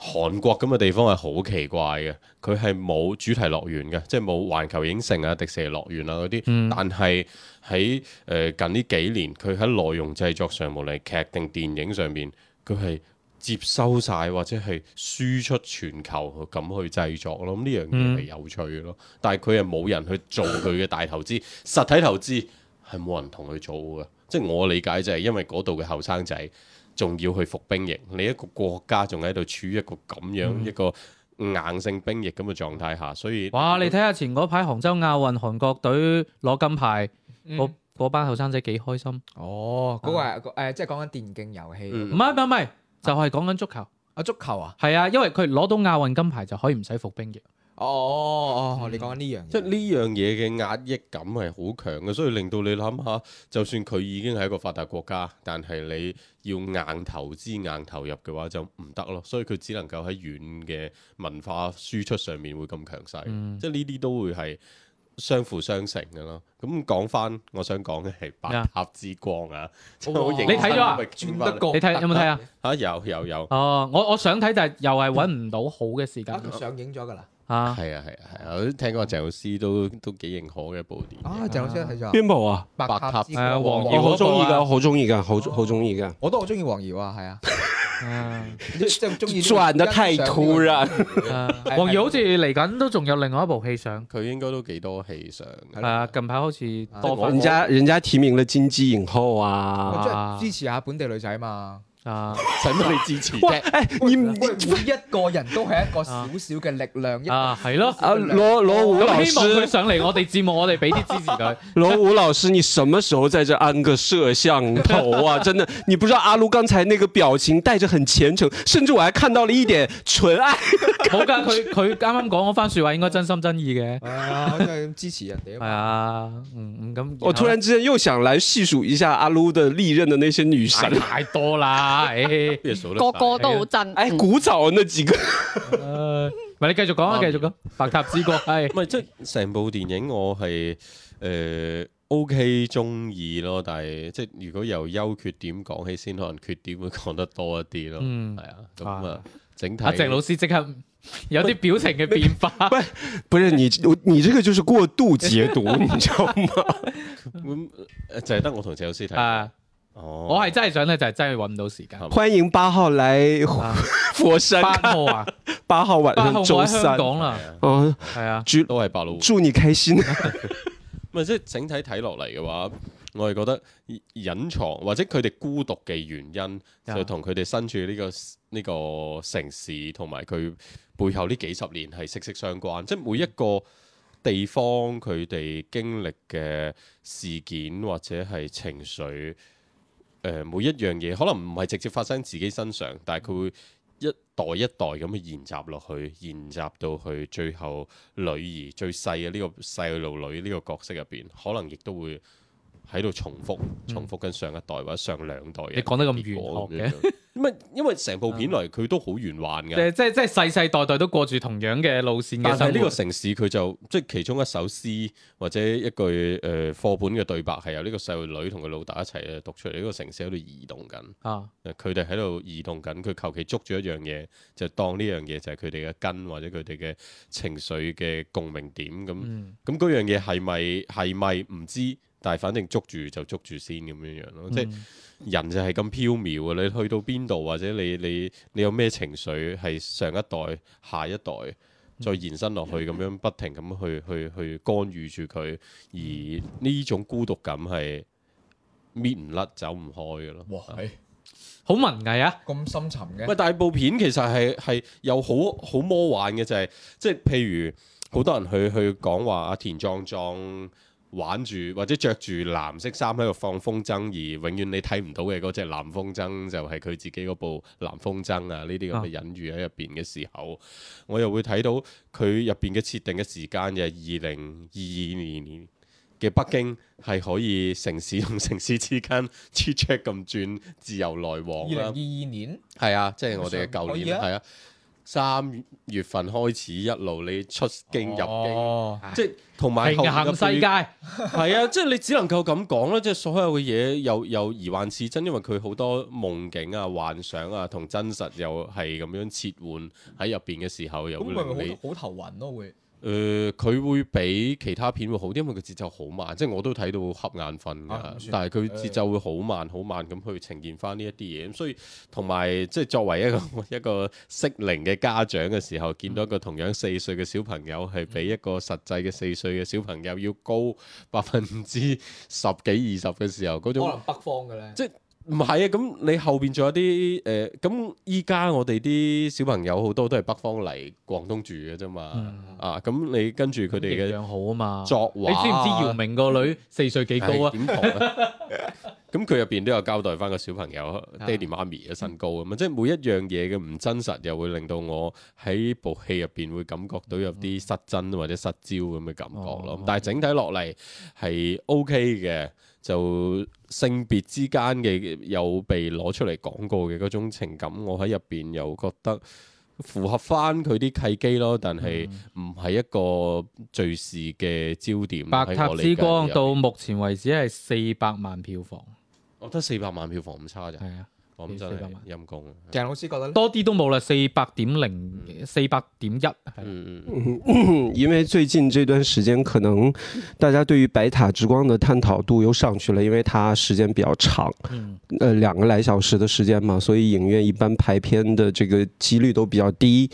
[SPEAKER 6] 韓國咁嘅地方係好奇怪嘅，佢係冇主題樂園嘅，即係冇環球影城啊、迪士尼樂園啊嗰啲。但係喺誒近呢幾年，佢喺內容製作上，無論係劇定電影上面，佢係接收晒或者係輸出全球咁去製作咯，咁呢樣嘢係有趣嘅咯。但係佢係冇人去做佢嘅大投資，實體投資係冇人同佢做嘅。即係我理解就係因為嗰度嘅後生仔仲要去服兵役，你一個國家仲喺度處於一個咁樣、一個硬性兵役咁嘅狀態下，所以
[SPEAKER 2] 哇！你睇下前嗰排杭州亞運韓國隊攞金牌，
[SPEAKER 3] 嗯
[SPEAKER 2] 嗰嗰班後生仔幾開心。
[SPEAKER 4] 哦，嗰個係個誒，即係講緊電競遊戲。
[SPEAKER 2] 唔
[SPEAKER 6] 嗯
[SPEAKER 2] 係唔係唔係，就係講緊足球。
[SPEAKER 4] 啊，足球啊？
[SPEAKER 2] 係啊，因為佢攞到亞運金牌就可以唔使服兵役。
[SPEAKER 4] 哦哦哦，哦，你講緊呢樣嘢，
[SPEAKER 6] 即係呢樣嘢嘅壓抑感係好強嘅，所以令到你諗下，就算佢已經係一個發達國家，但係你要硬投資、硬投入嘅話就唔得咯，所以佢只能夠喺軟嘅文化輸出上面會咁強勢，
[SPEAKER 2] 嗯
[SPEAKER 5] 嗯
[SPEAKER 6] 即係呢啲都會係。相輔相成嘅咯，咁講翻，我想講嘅係白
[SPEAKER 2] 啊
[SPEAKER 6] 塔之光啊，即係
[SPEAKER 4] 哇
[SPEAKER 6] 好認真
[SPEAKER 2] 你睇咗啊
[SPEAKER 6] 咁咪傾
[SPEAKER 4] 轉
[SPEAKER 6] 返
[SPEAKER 4] 得過
[SPEAKER 2] 你
[SPEAKER 5] 哦
[SPEAKER 2] 睇有冇睇啊？
[SPEAKER 6] 嚇有有有，
[SPEAKER 2] 哦，我我想睇，但係又係揾唔到好嘅時間
[SPEAKER 4] 啊
[SPEAKER 5] 哦
[SPEAKER 4] 佢上映咗㗎啦。
[SPEAKER 2] 啊！
[SPEAKER 6] 係啊係啊係啊，我都聽講鄭老師都都幾認可嘅一部電影。
[SPEAKER 4] 啊，鄭老師有睇咗啊
[SPEAKER 5] 邊部啊？
[SPEAKER 4] 白
[SPEAKER 6] 白塔
[SPEAKER 4] 塔之光
[SPEAKER 2] 誒黃
[SPEAKER 5] 我
[SPEAKER 2] 耀
[SPEAKER 5] 好中意
[SPEAKER 4] 啊
[SPEAKER 5] 啊噶，好中意噶，
[SPEAKER 4] 哦
[SPEAKER 5] 好好中意噶。
[SPEAKER 4] 我都好中意黃瑤啊，係啊，
[SPEAKER 2] 啊
[SPEAKER 4] 即係中意呢個
[SPEAKER 5] 轉得太突然，
[SPEAKER 2] 啊黃瑤好似嚟緊都仲有另外一部戲上，
[SPEAKER 6] 佢應該都幾多戲上嘅。
[SPEAKER 4] 係
[SPEAKER 2] 啊
[SPEAKER 4] 啊
[SPEAKER 2] 近排好似多
[SPEAKER 5] 人家人家提名了金鸡影后啊
[SPEAKER 4] 我。真
[SPEAKER 2] 啊
[SPEAKER 4] 係支持下本地女仔嘛。
[SPEAKER 2] 啊
[SPEAKER 6] 使乜你 支持啫？
[SPEAKER 5] 哎，
[SPEAKER 4] 喂，
[SPEAKER 5] 你
[SPEAKER 4] 每一個人都係一個小小嘅力量，一
[SPEAKER 2] 啊係咯。
[SPEAKER 5] 啊，罗罗武老
[SPEAKER 2] 咁希望佢
[SPEAKER 5] 师，
[SPEAKER 2] 上嚟我哋節目，我哋俾啲支持 佢。
[SPEAKER 5] 罗武老师，你什么时候在这安个摄像头啊？ 真的，你不知道阿卢刚才那个表情带着很虔诚，甚至我还看到了一点纯爱。
[SPEAKER 2] 冇㗎，佢佢啱啱講嗰番説話應該真心真意嘅。
[SPEAKER 4] 係啊，我真係支持人哋啊
[SPEAKER 2] 係啊，嗯嗯咁。
[SPEAKER 5] 我突然之间又想来细数一下阿卢的历任的那些女神
[SPEAKER 2] 太，太多啦，唉。
[SPEAKER 6] 邊度數得啊
[SPEAKER 3] 個
[SPEAKER 6] 晒
[SPEAKER 3] 個都好震。嗯
[SPEAKER 5] 哎，古早那几个。
[SPEAKER 2] 誒唔係你繼續講啊，繼續講。白塔之國係
[SPEAKER 6] 唔係即係成部電影我係誒 OK 中意咯，但係即係如果由優缺點講起先，可能缺點會講得多一啲咯。
[SPEAKER 2] 嗯
[SPEAKER 6] 係啊，咁啊，整體
[SPEAKER 2] 阿鄭老師即刻有啲表情嘅變化。
[SPEAKER 5] 不是你，我你这个就是过度解 读，你知道吗？
[SPEAKER 6] 咁誒就係得我同鄭老師睇。
[SPEAKER 2] 啊！
[SPEAKER 6] 哦，
[SPEAKER 2] 我係真係想咧，就係真係揾唔到時間。
[SPEAKER 5] 欢迎八号来啊佛山
[SPEAKER 2] 八
[SPEAKER 5] 看，
[SPEAKER 2] 號啊，
[SPEAKER 5] 八号晚
[SPEAKER 2] 八號
[SPEAKER 5] 上
[SPEAKER 2] 我喺
[SPEAKER 5] 周
[SPEAKER 2] 香
[SPEAKER 5] 三。
[SPEAKER 2] 港啦，
[SPEAKER 6] 係啊
[SPEAKER 5] 哦，
[SPEAKER 2] 係啊，
[SPEAKER 5] 祝
[SPEAKER 6] 都係白老虎。
[SPEAKER 5] 祝你开心。啊
[SPEAKER 6] 唔係即係整體睇落嚟嘅話，我係覺得隱藏或者佢哋孤獨嘅原因，
[SPEAKER 2] 啊
[SPEAKER 6] 就同佢哋身處呢、個呢、個城市同埋佢背後呢幾十年係息息相關。即係每一個地方佢哋經歷嘅事件或者係情緒，誒、每一樣嘢可能唔係直接發生自己身上，但係佢會。一代一代咁去研習落去，研習到去最後女兒最細嘅呢個細路女呢個角色入邊，可能亦都會喺度重複重複緊上一代或者上兩代嘅
[SPEAKER 2] 你講得咁
[SPEAKER 6] 結果
[SPEAKER 2] 玄學啊
[SPEAKER 6] 咁樣。唔係因為成部片嚟佢都好玄幻
[SPEAKER 2] 即
[SPEAKER 6] 嘅，
[SPEAKER 2] 係即係即係世世代代都過住同樣嘅路線嘅
[SPEAKER 6] 但係
[SPEAKER 2] 生
[SPEAKER 6] 呢
[SPEAKER 2] 活
[SPEAKER 6] 個。城市佢就即係其中一首詩或者一句誒、呃、課本嘅對白係由呢個細路女同佢老豆一齊呃讀出嚟，呢、個城市喺度移動緊。
[SPEAKER 2] 啊，
[SPEAKER 6] 誒佢哋喺度移動緊，佢求其捉住一樣嘢，就當呢樣嘢就係佢哋嘅根或者佢哋嘅情緒嘅共鳴點咁。
[SPEAKER 2] 嗯
[SPEAKER 6] 咁嗰樣嘢係咪係咪唔知？但係反正捉住就捉住先咁樣樣咯，即
[SPEAKER 2] 嗯
[SPEAKER 6] 係人就係咁飄渺啊嘅。你去到邊度或者你你你有咩情緒係上一代、下一代再延伸落去咁樣，不停咁去去去干預住佢，而呢種孤獨感係搣唔甩、走唔開嘅咯。
[SPEAKER 4] 哇，係
[SPEAKER 2] 好文藝啊，
[SPEAKER 4] 咁深沉嘅
[SPEAKER 6] 喂，。但係部片其實係係又好好魔幻嘅，就係、即係譬如好多人去去講話阿田壯壯玩住或者着住藍色衫喺度放風箏，而永遠你睇唔到嘅嗰只藍風箏就係佢自己嗰部藍風箏啊，呢啲咁嘅隱喻喺入邊嘅時候，我又會睇到佢入邊嘅設定嘅時間就係二零二二年。嘅北京係可以城市同城市之間 c h e c k 咁轉自由來
[SPEAKER 4] 二
[SPEAKER 6] 往
[SPEAKER 4] 零二
[SPEAKER 6] 啦
[SPEAKER 4] 二，年
[SPEAKER 6] 係啊，即係我哋嘅舊
[SPEAKER 4] 可以
[SPEAKER 6] 年
[SPEAKER 4] 啊
[SPEAKER 6] 係啊，三月份開始一路你出京入境，
[SPEAKER 4] 哦
[SPEAKER 6] 即係同埋
[SPEAKER 2] 平
[SPEAKER 6] 後面
[SPEAKER 2] 行
[SPEAKER 6] 嘅
[SPEAKER 2] 世界
[SPEAKER 6] 係啊，即係你只能夠咁講啦，即係所有嘅嘢又又疑幻似真，因為佢好多夢境啊、幻想啊同真實又係咁樣切換喺入邊嘅時候，又
[SPEAKER 4] 咁
[SPEAKER 6] 會
[SPEAKER 4] 咪
[SPEAKER 6] 令你
[SPEAKER 4] 咪好好頭暈咯，會
[SPEAKER 6] 誒呃佢、會比其他片會好啲，因為佢節奏好慢，即係我都睇到瞌眼瞓㗎，
[SPEAKER 4] 啊唔算
[SPEAKER 6] 但係佢節奏會好慢好慢咁去呈現翻呢一啲嘢，咁所以同埋即係作為一個一個適齡嘅家長嘅時候，見到一個同樣四歲嘅小朋友係比一個實際嘅四歲嘅小朋友要高 百分之十幾二十嘅時候，嗰
[SPEAKER 4] 可
[SPEAKER 6] 種
[SPEAKER 4] 能北方嘅咧。
[SPEAKER 6] 即係唔係啊？咁你後邊仲有啲誒，咁依家我哋啲小朋友好多都係北方嚟廣東住嘅啫嘛，
[SPEAKER 4] 嗯
[SPEAKER 6] 啊咁你跟住佢哋
[SPEAKER 2] 嗯營養好啊嘛
[SPEAKER 6] 嘅。作畫
[SPEAKER 2] 你知唔知姚明個女四歲幾高
[SPEAKER 6] 係
[SPEAKER 2] 啊？
[SPEAKER 6] 點同啊？ 咁佢入邊都有交代翻個小朋友
[SPEAKER 4] 啊
[SPEAKER 6] 爹哋媽咪嘅身高咁啊，即係每一樣嘢嘅唔真實，又會令到我喺部戲入邊會感覺到有啲失真或者失焦咁嘅感覺咯。
[SPEAKER 2] 哦
[SPEAKER 6] 但係整體落嚟係 OK 嘅，就性別之間嘅有被攞出嚟講過嘅嗰種情感，我喺入邊又覺得。符合翻佢啲契機咯，但係
[SPEAKER 2] 嗯
[SPEAKER 6] 唔係一個敘事嘅焦點。
[SPEAKER 2] 白塔
[SPEAKER 6] 喺我
[SPEAKER 2] 之
[SPEAKER 6] 理解
[SPEAKER 2] 光
[SPEAKER 6] 入邊
[SPEAKER 2] 到目前為止係四百萬票房，
[SPEAKER 6] 我覺得四百萬票房唔差咋，
[SPEAKER 2] 係啊，
[SPEAKER 6] 我咁真
[SPEAKER 2] 400
[SPEAKER 6] 係
[SPEAKER 2] 萬
[SPEAKER 6] 陰公啊。
[SPEAKER 4] 鄭老師覺得咧，
[SPEAKER 2] 多啲都冇啦，四百點零，四百點一，係
[SPEAKER 6] 嗯，
[SPEAKER 5] 嗯因为最近这段时间，可能大家对于《白塔之光》的探讨度又上去了，因为它时间比较长，
[SPEAKER 2] 嗯
[SPEAKER 5] 呃，两个来小时的时间嘛，所以影院一般排片的这个几率都比较低。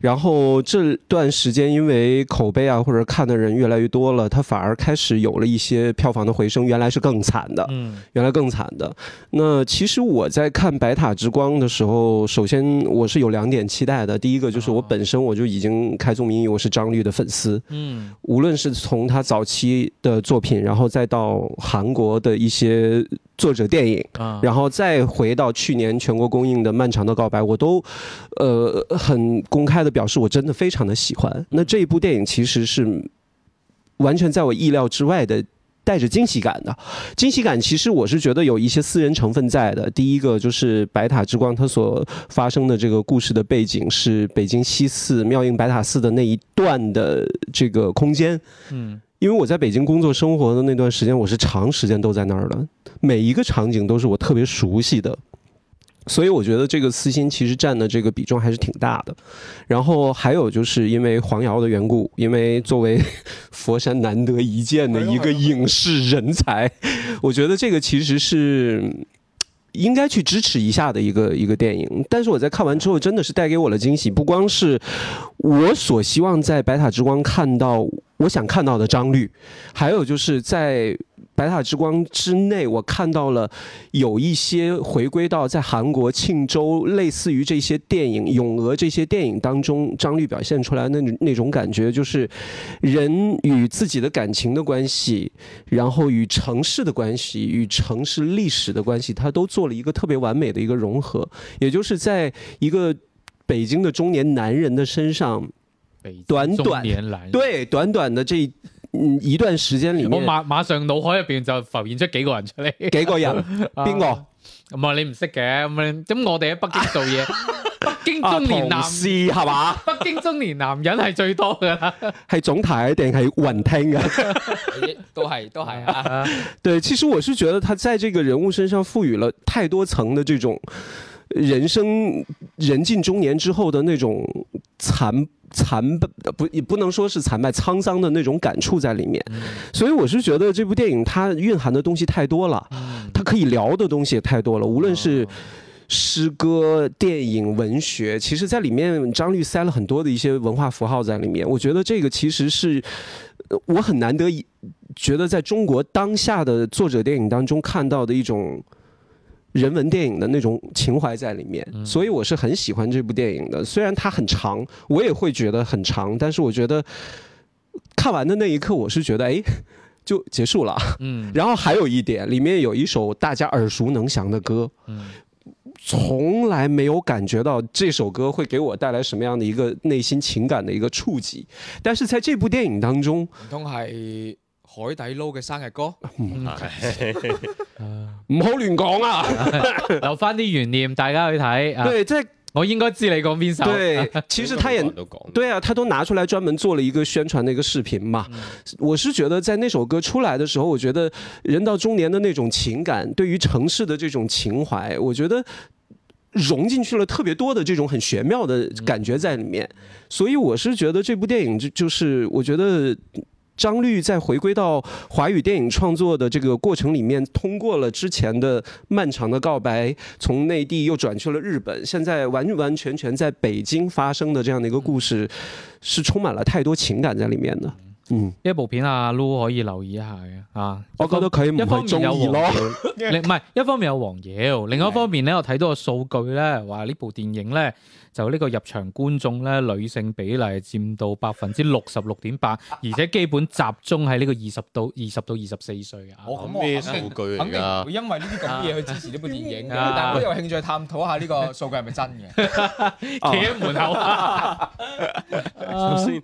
[SPEAKER 5] 然后这段时间，因为口碑啊或者看的人越来越多了，它反而开始有了一些票房的回升，原来是更惨的。
[SPEAKER 2] 嗯
[SPEAKER 5] 原来更惨的。那其实我在看《白塔之光》的时候，首先我是有两点期待的。第一个就是我本身我就已经开宗明义我是张律的粉丝，
[SPEAKER 2] 嗯
[SPEAKER 5] 无论是从他早期的作品，然后再到韩国的一些作者电影。
[SPEAKER 2] 啊，
[SPEAKER 5] 然后再回到去年全国公映的《漫长的告白》，我都，呃，很公开的表示我真的非常的喜欢。那这一部电影其实是完全在我意料之外的。带着惊喜感的，惊喜感其实我是觉得有一些私人成分在的。第一个就是《白塔之光》它所发生的这个故事的背景是北京西四妙应白塔寺的那一段的这个空间，
[SPEAKER 2] 嗯
[SPEAKER 5] 因为我在北京工作生活的那段时间，我是长时间都在那儿的，每一个场景都是我特别熟悉的，所以我觉得这个私心其实占的这个比重还是挺大的。然后还有就是因为黄瑶的缘故，因为作为佛山难得一见的一个影视人才，我觉得这个其实是。嗯应该去支持一下的一个一个电影，但是我在看完之后，真的是带给我了惊喜，不光是我所希望在《白塔之光》看到我想看到的张律，还有就是在《白塔之光》之内，我看到了有一些回归到在韩国庆州类似于这些电影《咏鹅》这些电影当中，张律表现出来的那那种感觉，就是人与自己的感情的关系，然后与城市的关系、与城市历史的关系，它都做了一个特别完美的一个融合，也就是在一个北京的中年男人的身上，
[SPEAKER 2] 北京
[SPEAKER 5] 短
[SPEAKER 2] 中
[SPEAKER 5] 短
[SPEAKER 2] 年男人，
[SPEAKER 5] 对短短的这一嗯一段时間裡
[SPEAKER 2] 我
[SPEAKER 5] 面，
[SPEAKER 2] 馬馬上腦海入邊就浮現出幾個人出嚟，啊
[SPEAKER 5] 幾 個人 邊個？
[SPEAKER 2] 唔係你唔識嘅，咁樣咁我哋喺北京做嘢， 北京
[SPEAKER 5] 啊
[SPEAKER 2] 中年
[SPEAKER 5] 同
[SPEAKER 2] 男，
[SPEAKER 5] 事係嘛？
[SPEAKER 2] 北京中年男人係最多噶啦，
[SPEAKER 5] 係總台定係雲聽啊？
[SPEAKER 7] 都係都係啊。
[SPEAKER 5] 对，其實我是覺得他在這個人物身上賦予了太多層的這種人生人近中年之後的那种殘殘败，不也不能說是殘敗滄桑的那種感觸在裡面。所以我是覺得這部電影它蘊含的東西太多了，它可以聊的東西也太多了，无论是。诗歌、电影、文学，其实在里面张律塞了很多的一些文化符号在里面。我觉得这个其实是呃我很难得一觉得在中国当下的作者电影当中看到的一种人文电影的那种情怀在里面，所以我是很喜欢这部电影的。虽然它很长，我也会觉得很长，但是我觉得看完的那一刻，我是觉得哎。 就结束了。
[SPEAKER 2] 嗯
[SPEAKER 5] 然后还有一点，里面有一首大家耳熟能详的歌，从来没有感觉到这首歌会给我带来什么样的一个内心情感的一个触及。但是在这部电影当中，
[SPEAKER 4] 唔通係海底撈嘅生日歌？
[SPEAKER 5] 唔好乱讲啊！
[SPEAKER 2] 留翻啲懸念大家去睇啊！
[SPEAKER 5] 对，在
[SPEAKER 2] 我應該知你講邊首，啊
[SPEAKER 5] 对，其实他也
[SPEAKER 6] 每個人都講，
[SPEAKER 5] 对啊，他都拿出来专门做了一个宣传的一个视频嘛。我是觉得在那首歌出来的时候，我觉得人到中年的那种情感，对于城市的这种情怀，我觉得融进去了特别多的这种很玄妙的感觉在里面。所以我是觉得这部电影就就是我觉得。张律在回归到华语电影创作的这个过程里面，通过了之前的漫长的告白，从内地又转去了日本，现在完完全全在北京发生的这样的一个故事，是充满了太多情感在里面的。嗯，
[SPEAKER 2] 呢一部片啊 Lu 可以留意一下嘅啊。
[SPEAKER 5] 我覺得佢唔
[SPEAKER 2] 一方
[SPEAKER 5] 係中
[SPEAKER 2] 面有
[SPEAKER 5] 意
[SPEAKER 2] 黃
[SPEAKER 5] 咯。
[SPEAKER 2] 妖，另唔係一方面有黃妖，另外一方面咧，我睇到個數據咧，話呢部電影咧就呢個入場觀眾咧女性比例佔到百分之六十六點八，而且基本集中喺呢個二十到二十到二十四歲啊嘅。
[SPEAKER 4] 我咁
[SPEAKER 6] 咩
[SPEAKER 4] 我
[SPEAKER 6] 數
[SPEAKER 4] 肯定
[SPEAKER 6] 據嚟
[SPEAKER 4] 肯定唔
[SPEAKER 6] 㗎
[SPEAKER 4] 會？因為呢啲咁嘅嘢去支持呢部電影嘅，
[SPEAKER 2] 啊
[SPEAKER 4] 但我都有興趣探討下呢個數據係咪真嘅。
[SPEAKER 2] 企喺門口 啊！
[SPEAKER 6] 首先，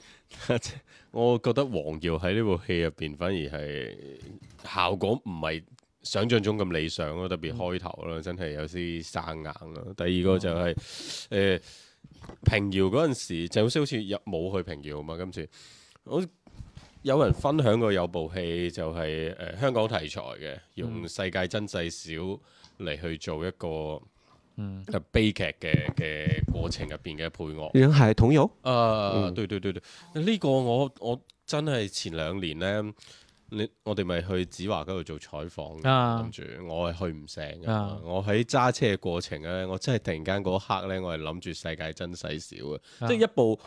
[SPEAKER 6] 我覺得黃耀喺呢部戲入邊反而係效果唔係想像中咁理想咯，特別開頭啦，真係有啲生硬啦。第二個就係、誒、平遙嗰陣時，鄭老師好似入冇去平遙啊嘛，今次我有人分享過有部戲就係、誒、香港題材嘅，用世界真細小嚟去做一個。
[SPEAKER 2] 嗯
[SPEAKER 6] 誒悲劇嘅嘅過程入邊嘅配樂，
[SPEAKER 5] 人海同游，
[SPEAKER 2] 嗯
[SPEAKER 6] 啊，對對對對，呢、個我我真係前兩年呢，你我哋咪去子華嗰度做採訪嘅，
[SPEAKER 2] 啊
[SPEAKER 6] 諗住、我係去唔成嘅。
[SPEAKER 2] 啊
[SPEAKER 6] 我喺揸車嘅過程呢，我真係突然間嗰一刻呢，我係諗住世界真細小嘅，
[SPEAKER 2] 啊
[SPEAKER 6] 即係一部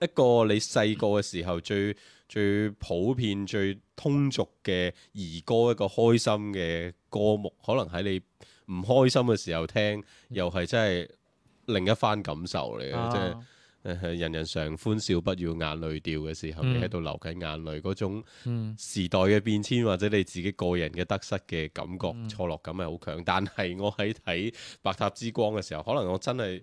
[SPEAKER 6] 一個你細個嘅時候最最普遍、最通俗嘅兒歌，一個開心嘅歌目，可能喺你唔開心嘅時候聽，又係真係另一番感受嚟嘅，
[SPEAKER 2] 啊
[SPEAKER 6] 即係。誒呃人人常歡笑，不要眼淚掉嘅時候，
[SPEAKER 2] 嗯
[SPEAKER 6] 你喺度流緊眼淚嗰種
[SPEAKER 2] 嗯
[SPEAKER 6] 時代嘅變遷，或者你自己個人嘅得失嘅感覺、錯落感係好強。但係我喺睇《白塔之光》嘅時候，可能我真係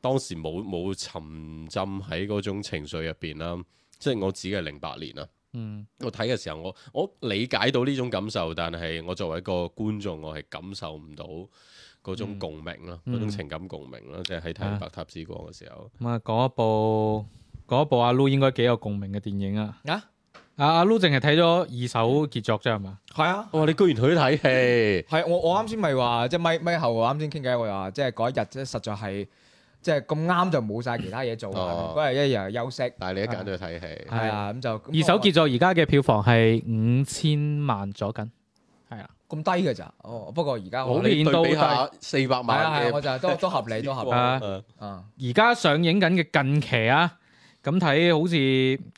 [SPEAKER 6] 當時冇冇沉浸喺嗰種情緒入邊啦，即係我指嘅係零八年啦。
[SPEAKER 2] 嗯
[SPEAKER 6] 我睇嘅時候，我我理解到呢種感受，但係我作為一個觀眾，我係感受唔到嗰種共鳴啦，嗰、種情感共鳴啦，即係喺睇
[SPEAKER 2] 啊
[SPEAKER 6] 《白塔之光》嘅時候。
[SPEAKER 2] 咁啊，講一部講一部阿 Lu 應該幾有共鳴嘅電影啊！
[SPEAKER 4] 啊
[SPEAKER 2] 阿阿 Lu 淨係睇咗二手傑作啫，係嘛？
[SPEAKER 4] 係啊。
[SPEAKER 6] 哇！你居然去 睇戲，
[SPEAKER 4] 係我我啱先咪話，即係咪咪後我啱先傾偈，我話即係嗰一日即係實在係即係咁啱就冇晒其他嘢做啊，
[SPEAKER 6] 哦
[SPEAKER 4] 嗰日一日休息，
[SPEAKER 6] 但係你一揀都去睇戲，
[SPEAKER 4] 係啊咁就
[SPEAKER 2] 二手傑作而家嘅票房係五千萬左緊，係啊，
[SPEAKER 4] 咁低嘅咋？哦，不過而家
[SPEAKER 2] 好
[SPEAKER 4] 我
[SPEAKER 6] 你
[SPEAKER 2] 年都
[SPEAKER 6] 對比下四
[SPEAKER 4] 係
[SPEAKER 6] 百
[SPEAKER 4] 啊係
[SPEAKER 6] 萬
[SPEAKER 4] 啊，我
[SPEAKER 6] 嘅
[SPEAKER 4] 就都都合理都合理
[SPEAKER 2] 啊
[SPEAKER 6] 嗯
[SPEAKER 4] 啊。
[SPEAKER 2] 而家上映緊嘅近期啊，咁睇好似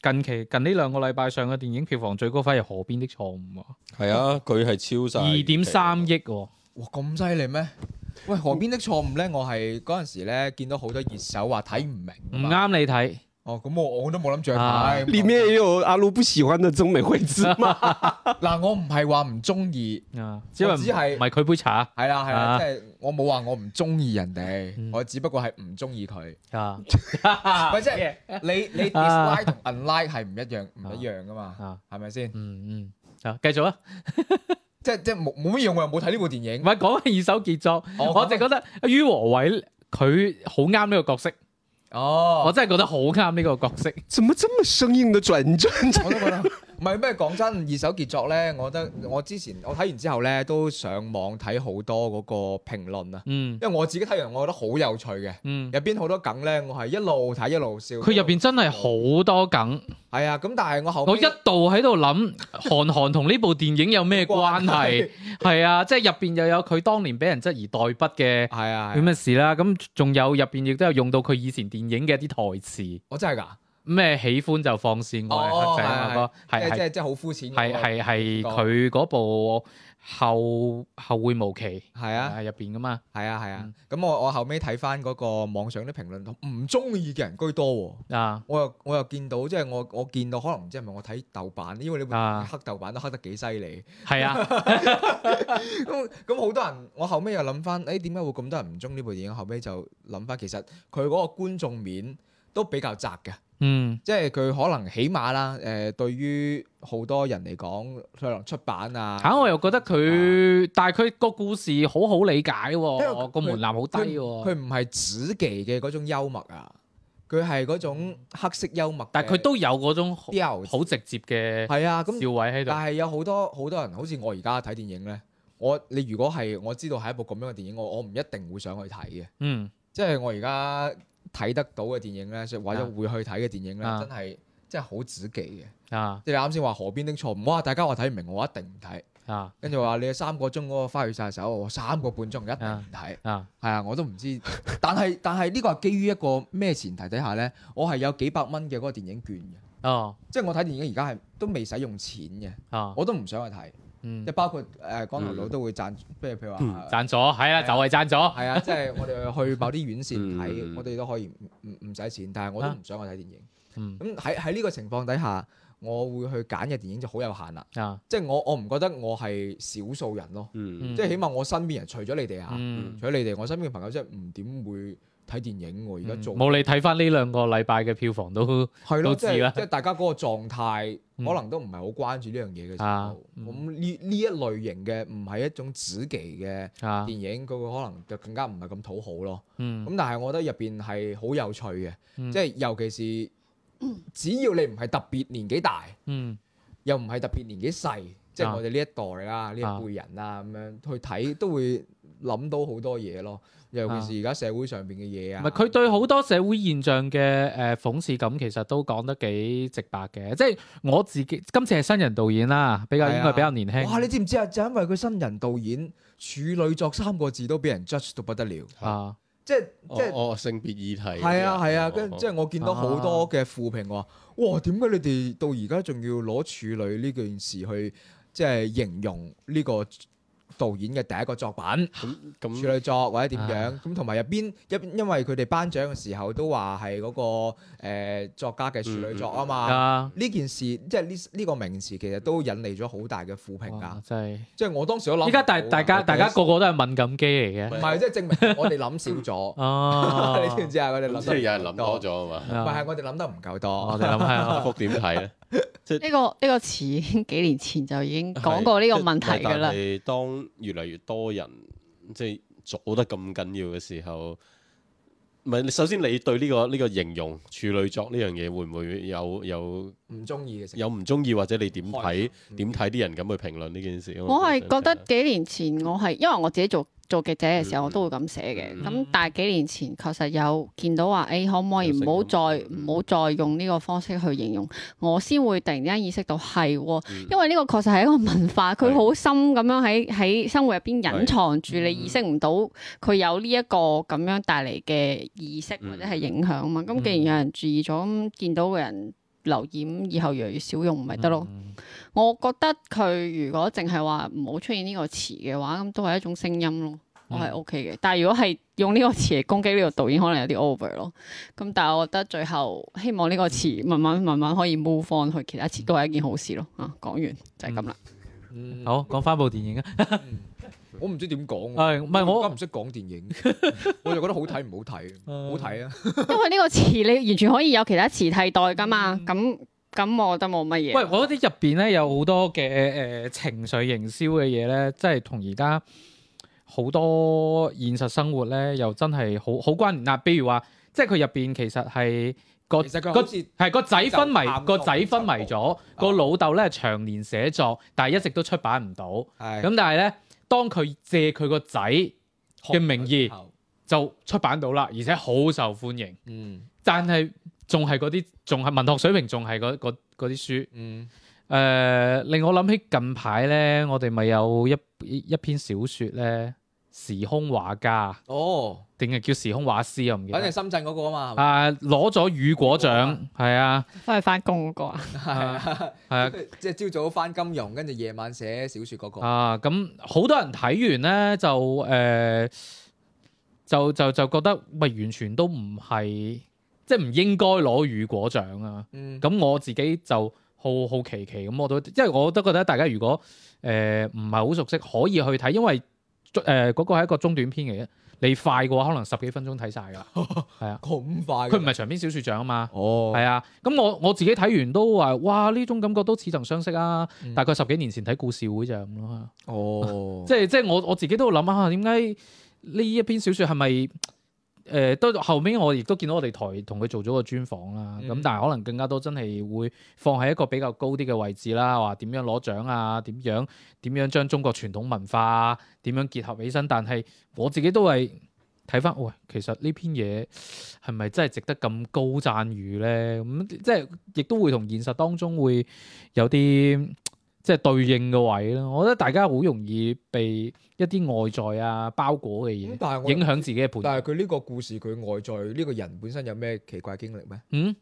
[SPEAKER 2] 近期近呢兩個禮拜上嘅電影票房最高反而河邊的錯誤喎，
[SPEAKER 6] 係啊，佢係超晒
[SPEAKER 2] 二點三億喎，
[SPEAKER 4] 哇咁犀利咩？喂，河邊的錯誤咧，我係嗰陣時咧見到好多熱手話睇唔明，啊
[SPEAKER 2] 唔。啱你睇。
[SPEAKER 4] 哦，咁我我都冇諗住去
[SPEAKER 2] 啊
[SPEAKER 4] 睇。
[SPEAKER 5] 里面也有阿卢不喜欢的曾美惠子嘛？
[SPEAKER 4] 嗱，我唔係話唔中意，
[SPEAKER 2] 啊，只係
[SPEAKER 4] 我只係
[SPEAKER 2] 唔係佢杯茶
[SPEAKER 4] 係啦係啦，
[SPEAKER 2] 啊
[SPEAKER 4] 即係我冇話我唔中意人
[SPEAKER 2] 嗯
[SPEAKER 4] 哋，我只不過係唔中意佢。
[SPEAKER 2] 啊
[SPEAKER 4] 喂，即係你你 dislike 同 unlike 係唔一樣唔一樣噶嘛？
[SPEAKER 2] 啊，
[SPEAKER 4] 係咪先？
[SPEAKER 2] 嗯嗯，啊繼續啊。
[SPEAKER 4] 即係即係冇冇乜用，我又冇睇呢部電
[SPEAKER 2] 唔
[SPEAKER 4] 影。
[SPEAKER 2] 係講緊二手傑作，
[SPEAKER 4] 哦
[SPEAKER 2] 我就覺得於和偉佢好啱呢個角色，
[SPEAKER 4] 哦，
[SPEAKER 2] 我真係覺得好啱呢個角色。
[SPEAKER 5] 怎么这么生硬的转正？
[SPEAKER 4] 我都覺得唔係咩講真，二手傑作咧，我覺得我之前我睇完之後咧，都上網睇好多嗰個評論啊，
[SPEAKER 2] 嗯
[SPEAKER 4] 因為我自己睇完我覺得好有趣嘅，
[SPEAKER 2] 嗯，
[SPEAKER 4] 入邊好多梗咧，我係一路睇一路笑。
[SPEAKER 2] 佢入邊真係好多梗，
[SPEAKER 4] 係啊，咁但係我後
[SPEAKER 2] 我
[SPEAKER 4] 尾
[SPEAKER 2] 一度喺度諗韓寒同呢部電影有咩關 係？係啊，即係入邊又有佢當年俾人質疑代筆嘅
[SPEAKER 4] 係啊，
[SPEAKER 2] 咁嘅事啦，咁仲有入邊亦都有用到佢以前電影嘅一啲台詞，
[SPEAKER 4] 我真係㗎，
[SPEAKER 2] 咩喜歡就放肆愛
[SPEAKER 4] 哦
[SPEAKER 2] 黑仔
[SPEAKER 4] 係係
[SPEAKER 2] 嗰個，
[SPEAKER 4] 即
[SPEAKER 2] 係
[SPEAKER 4] 係即
[SPEAKER 2] 係
[SPEAKER 4] 係即係好膚
[SPEAKER 2] 係
[SPEAKER 4] 淺嗰個。
[SPEAKER 2] 係係佢嗰部後後會無期
[SPEAKER 4] 係啊，
[SPEAKER 2] 入邊噶嘛。
[SPEAKER 4] 係啊，係
[SPEAKER 2] 嗯
[SPEAKER 4] 啊。咁我我後尾睇翻嗰個網上啲評論，唔中意嘅人居多喎。
[SPEAKER 2] 啊，
[SPEAKER 4] 我又我又見到，即係我我見到可能唔知係咪我睇豆瓣，因為呢部
[SPEAKER 2] 啊
[SPEAKER 4] 黑豆瓣都黑得幾犀利。
[SPEAKER 2] 係 啊，
[SPEAKER 4] 咁咁好多人，我後尾又諗翻，誒點解會咁多人唔中呢部電影？後尾就諗翻，其實佢嗰個觀眾面都比較窄嘅，
[SPEAKER 2] 嗯
[SPEAKER 4] 即係佢可能起碼啦，誒、對於好多人嚟講，可能出版啊，
[SPEAKER 2] 嚇，我又覺得佢，但係佢個故事好好理解
[SPEAKER 4] 因為
[SPEAKER 2] 喎，
[SPEAKER 4] 佢
[SPEAKER 2] 個門檻好低
[SPEAKER 4] 佢
[SPEAKER 2] 喎，
[SPEAKER 4] 唔係子忌嘅嗰種幽默啊，佢係嗰種黑色幽默嘅 BL，
[SPEAKER 2] 但係佢都有嗰種好
[SPEAKER 4] 有
[SPEAKER 2] 好直接嘅
[SPEAKER 4] 係啊，咁
[SPEAKER 2] 笑位喺度，
[SPEAKER 4] 但係有好多好多人，好似我而家睇電影咧，我你如果係我知道係一部咁樣嘅電影，我我唔一定會想去睇嘅。
[SPEAKER 2] 嗯
[SPEAKER 4] 即係我而家睇得到嘅電影咧，或者會去睇嘅電影咧，
[SPEAKER 2] 啊
[SPEAKER 4] 真係真係好子忌嘅。
[SPEAKER 2] 啊
[SPEAKER 4] 即係你啱先話河邊的錯誤，哇！大家話睇唔明，我一定唔睇。
[SPEAKER 2] 啊
[SPEAKER 4] 跟住話你三個鐘嗰個花月殺手，我三個半鐘一定唔睇。
[SPEAKER 2] 啊，
[SPEAKER 4] 係啊，我都唔知。 但係但係呢個係基於一個咩前提底下咧，我係有幾百蚊嘅嗰個電影券嘅。
[SPEAKER 2] 哦哦
[SPEAKER 4] 即係我睇電影而家係都未使用錢嘅，
[SPEAKER 2] 啊，
[SPEAKER 4] 我都唔想去睇。
[SPEAKER 2] 嗯
[SPEAKER 4] 即係，包括誒光頭佬都會贊，譬如譬如
[SPEAKER 6] 嗯
[SPEAKER 4] 話。
[SPEAKER 2] 赞咗，係啦，就係赞咗，
[SPEAKER 4] 係啊，即係我哋去某啲院線
[SPEAKER 6] 嗯
[SPEAKER 4] 睇，我哋都可以唔唔唔使錢，但係
[SPEAKER 2] 啊
[SPEAKER 4] 我都唔想去睇電影。
[SPEAKER 2] 嗯
[SPEAKER 4] 咁喺喺呢個情況底下，我會去揀嘅電影就好有限啦。
[SPEAKER 2] 啊，
[SPEAKER 4] 即係我我唔覺得我係少數人咯，
[SPEAKER 6] 嗯，
[SPEAKER 4] 即係起碼我身邊人除咗你哋啊，
[SPEAKER 2] 嗯，
[SPEAKER 4] 除咗你哋，我身邊嘅朋友真係唔點會睇電影喎。而家做
[SPEAKER 2] 嗯冇你睇翻呢兩個禮拜嘅票房都都
[SPEAKER 4] 係咯，
[SPEAKER 2] 知
[SPEAKER 4] 即
[SPEAKER 2] 啦
[SPEAKER 4] 係即係大家嗰個狀態，
[SPEAKER 2] 嗯
[SPEAKER 4] 可能都唔係好關注呢樣嘢嘅時
[SPEAKER 2] 啊
[SPEAKER 4] 候，
[SPEAKER 2] 嗯
[SPEAKER 4] 咁呢呢一類型嘅唔係一種子期嘅
[SPEAKER 2] 啊
[SPEAKER 4] 電，影，佢會可能就更加唔係咁討好咯。
[SPEAKER 2] 嗯
[SPEAKER 4] 咁但係我覺得入邊係好有趣嘅，
[SPEAKER 2] 嗯
[SPEAKER 4] 即係尤其是只要你唔係特別年紀大，
[SPEAKER 2] 嗯
[SPEAKER 4] 又唔係特別年紀細，即
[SPEAKER 2] 啊
[SPEAKER 4] 係我哋呢一代啦、呢一輩人啦咁樣去睇，都會諗到好多嘢咯。尤其是而家社會上邊嘅嘢啊，
[SPEAKER 2] 啊唔係佢對好多社會現象嘅誒諷刺感，其實都講得幾直白嘅。即係我自己今次係新人導演啦，比較
[SPEAKER 4] 係啊
[SPEAKER 2] 應該比較年輕。
[SPEAKER 4] 哇！你知唔知啊？就因為佢新人導演處女作三個字都俾人 judge 到不得了，
[SPEAKER 2] 啊，
[SPEAKER 4] 即係即係。
[SPEAKER 6] 哦哦，性別議題嗰啲，
[SPEAKER 4] 係啊係啊，
[SPEAKER 6] 哦
[SPEAKER 4] 跟
[SPEAKER 6] 哦
[SPEAKER 4] 即係我見到好多嘅負評話，
[SPEAKER 2] 啊
[SPEAKER 4] 哇點解你哋到而家仲要攞處女呢件事去即係形容呢個導演嘅第一個作品
[SPEAKER 6] 咁
[SPEAKER 4] 處
[SPEAKER 6] 咁啊
[SPEAKER 4] 女作或者點樣？咁同埋入邊因因為佢哋頒獎嘅時候都話係嗰個、呃、作家嘅處女
[SPEAKER 6] 嗯
[SPEAKER 4] 作啊嘛。
[SPEAKER 2] 啊，
[SPEAKER 4] 呢件事即係呢呢個名詞其實都引嚟咗好大嘅負評
[SPEAKER 2] 哇
[SPEAKER 4] 㗎，
[SPEAKER 2] 真係！
[SPEAKER 4] 即係我當時都諗唔到㗎。啊
[SPEAKER 2] 依家大大家
[SPEAKER 4] 我
[SPEAKER 2] 大家個個都係敏感肌嚟
[SPEAKER 4] 唔
[SPEAKER 2] 嘅。，
[SPEAKER 4] 係即係證明我哋諗少咗
[SPEAKER 2] 哦，
[SPEAKER 4] 你知唔知啊？我哋 諗得
[SPEAKER 6] 即係有人諗
[SPEAKER 4] 唔
[SPEAKER 6] 多
[SPEAKER 4] 夠，
[SPEAKER 6] 咗啊嘛。
[SPEAKER 4] 唔係係
[SPEAKER 2] 啊
[SPEAKER 4] 我哋諗得唔夠多。
[SPEAKER 2] 我哋諗
[SPEAKER 6] 阿
[SPEAKER 2] 下
[SPEAKER 6] 福點睇咧？
[SPEAKER 3] 呢個呢個詞已經幾年前就已經 講過呢個問題㗎啦
[SPEAKER 6] 係但。係當越嚟越多人即係做得咁緊要嘅時候，唔係你首先你對呢、個呢、個形容處女作呢樣嘢會唔會有有
[SPEAKER 4] 唔中意嘅食。
[SPEAKER 6] 有唔中意，或者你點睇
[SPEAKER 4] 嗯
[SPEAKER 6] 點睇啲人咁去評論呢件事？
[SPEAKER 3] 我係覺得幾年前我係因為我自己做做記者嘅時候，我都會咁寫
[SPEAKER 6] 嗯
[SPEAKER 3] 嘅。咁但係幾年前確實有見到話，誒、哎可唔可以唔好再唔好再用呢個方式去形容，我先會突然間意識到係喎，
[SPEAKER 6] 嗯
[SPEAKER 3] 因為呢個確實係一個文化，佢好深咁樣喺喺生活入邊隱藏住，你意識唔到佢有呢一個咁樣帶嚟嘅意識或者係影響嘛。咁既然有人注意咗，咁見到嘅人留言，咁以後越嚟越少 用，咪得咯。
[SPEAKER 2] 嗯
[SPEAKER 3] 我覺得佢如果淨係話唔好出現呢個詞嘅話，咁都係一種聲音咯，我
[SPEAKER 8] 嗯
[SPEAKER 3] 係 OK 嘅。但係如果係用呢個詞嚟攻擊呢個導演，可能有啲 over 咯。咁但係我覺得最後希望呢個詞慢慢慢慢可以 move on 去其他詞，都係一件好事咯。啊，講完就係咁啦。
[SPEAKER 2] 嗯好講翻部電影啊。
[SPEAKER 4] 我唔知點講喎，
[SPEAKER 2] 誒，唔係
[SPEAKER 4] 而
[SPEAKER 2] 我
[SPEAKER 4] 家唔識講電影，我就覺得好睇唔 好睇，
[SPEAKER 2] 嗯
[SPEAKER 4] 好睇啊！
[SPEAKER 8] 嗯
[SPEAKER 3] 因為呢個詞你完全可以有其他詞替代㗎嘛。咁咁我覺得冇乜
[SPEAKER 2] 喂，
[SPEAKER 3] 嘢。
[SPEAKER 2] 我覺得入邊咧有好多嘅誒、呃情緒營銷嘅嘢咧，即係同而家好多現實生活咧，又真係好好關聯啦。比如話，即係佢入邊其實係個
[SPEAKER 4] 其實佢
[SPEAKER 2] 個
[SPEAKER 4] 好似
[SPEAKER 2] 係個仔昏
[SPEAKER 4] 就啊
[SPEAKER 2] 迷，
[SPEAKER 4] 探
[SPEAKER 2] 個
[SPEAKER 4] 索
[SPEAKER 2] 仔
[SPEAKER 4] 緊
[SPEAKER 2] 昏迷
[SPEAKER 4] 進步
[SPEAKER 2] 咗，個老豆咧長年寫作，但係一直都出版唔到。
[SPEAKER 4] 咁
[SPEAKER 2] 咁但係咧，當佢借佢個仔嘅名義就出版到啦，而且好受歡迎。
[SPEAKER 4] 嗯
[SPEAKER 2] 但係仲係嗰啲，仲係文學水平，仲係嗰嗰嗰啲書。
[SPEAKER 4] 嗯
[SPEAKER 2] 誒、令我諗起近排咧，我哋咪有一一篇小説咧，時空畫家
[SPEAKER 4] 哦，
[SPEAKER 2] 定係叫時空畫師啊？唔記
[SPEAKER 4] 反正哦
[SPEAKER 2] 得
[SPEAKER 4] 深圳嗰個啊嘛，
[SPEAKER 2] 啊，攞咗雨果獎，係啊，
[SPEAKER 3] 翻去翻工嗰個啊，
[SPEAKER 2] 係啊，
[SPEAKER 4] 即係朝早翻金融，跟住夜晚寫小説嗰個，
[SPEAKER 2] 啊，咁好多人睇完咧就誒、就就就覺得喂，完全都唔係，即係唔應該攞雨果獎啊！
[SPEAKER 4] 嗯
[SPEAKER 2] 咁我自己就好好奇奇咁，我都因為我都覺得大家如果誒唔係好熟悉，可以去睇，因為呃誒嗰、個係一個中短篇嚟嘅，你快嘅話可能十幾分鐘睇晒㗎啦。係啊，
[SPEAKER 4] 咁快嘅，
[SPEAKER 2] 佢唔係長篇小説獎啊嘛。
[SPEAKER 4] 哦，
[SPEAKER 2] 係啊，咁我我自己睇完都話，哇！呢種感覺都似曾相識啊！
[SPEAKER 4] 嗯
[SPEAKER 2] 大概十幾年前睇故事會就係咁咯，
[SPEAKER 4] 哦，
[SPEAKER 2] 即係即係我我自己都諗啊，點解呢一篇小説係咪？誒都、後面我亦都見到我哋台同佢做咗個專訪啦，咁、
[SPEAKER 4] 嗯
[SPEAKER 2] 但係可能更加多真係會放喺一個比較高啲嘅位置啦，話點樣攞獎啊，點樣點樣將中國傳統文化啊點樣結合起身，但係我自己都係睇翻，喂，其實呢篇嘢係咪真係值得咁高讚譽咧？咁、即係亦都會同現實當中會有啲即係對應嘅位咯。我覺得大家好容易被一啲外在啊包裹嘅嘢
[SPEAKER 4] 咁但嗯係我
[SPEAKER 2] 影響自己嘅判斷。
[SPEAKER 4] 但係佢呢個故事佢外在呢個人本身有咩奇怪經歷咩？
[SPEAKER 2] 嗯，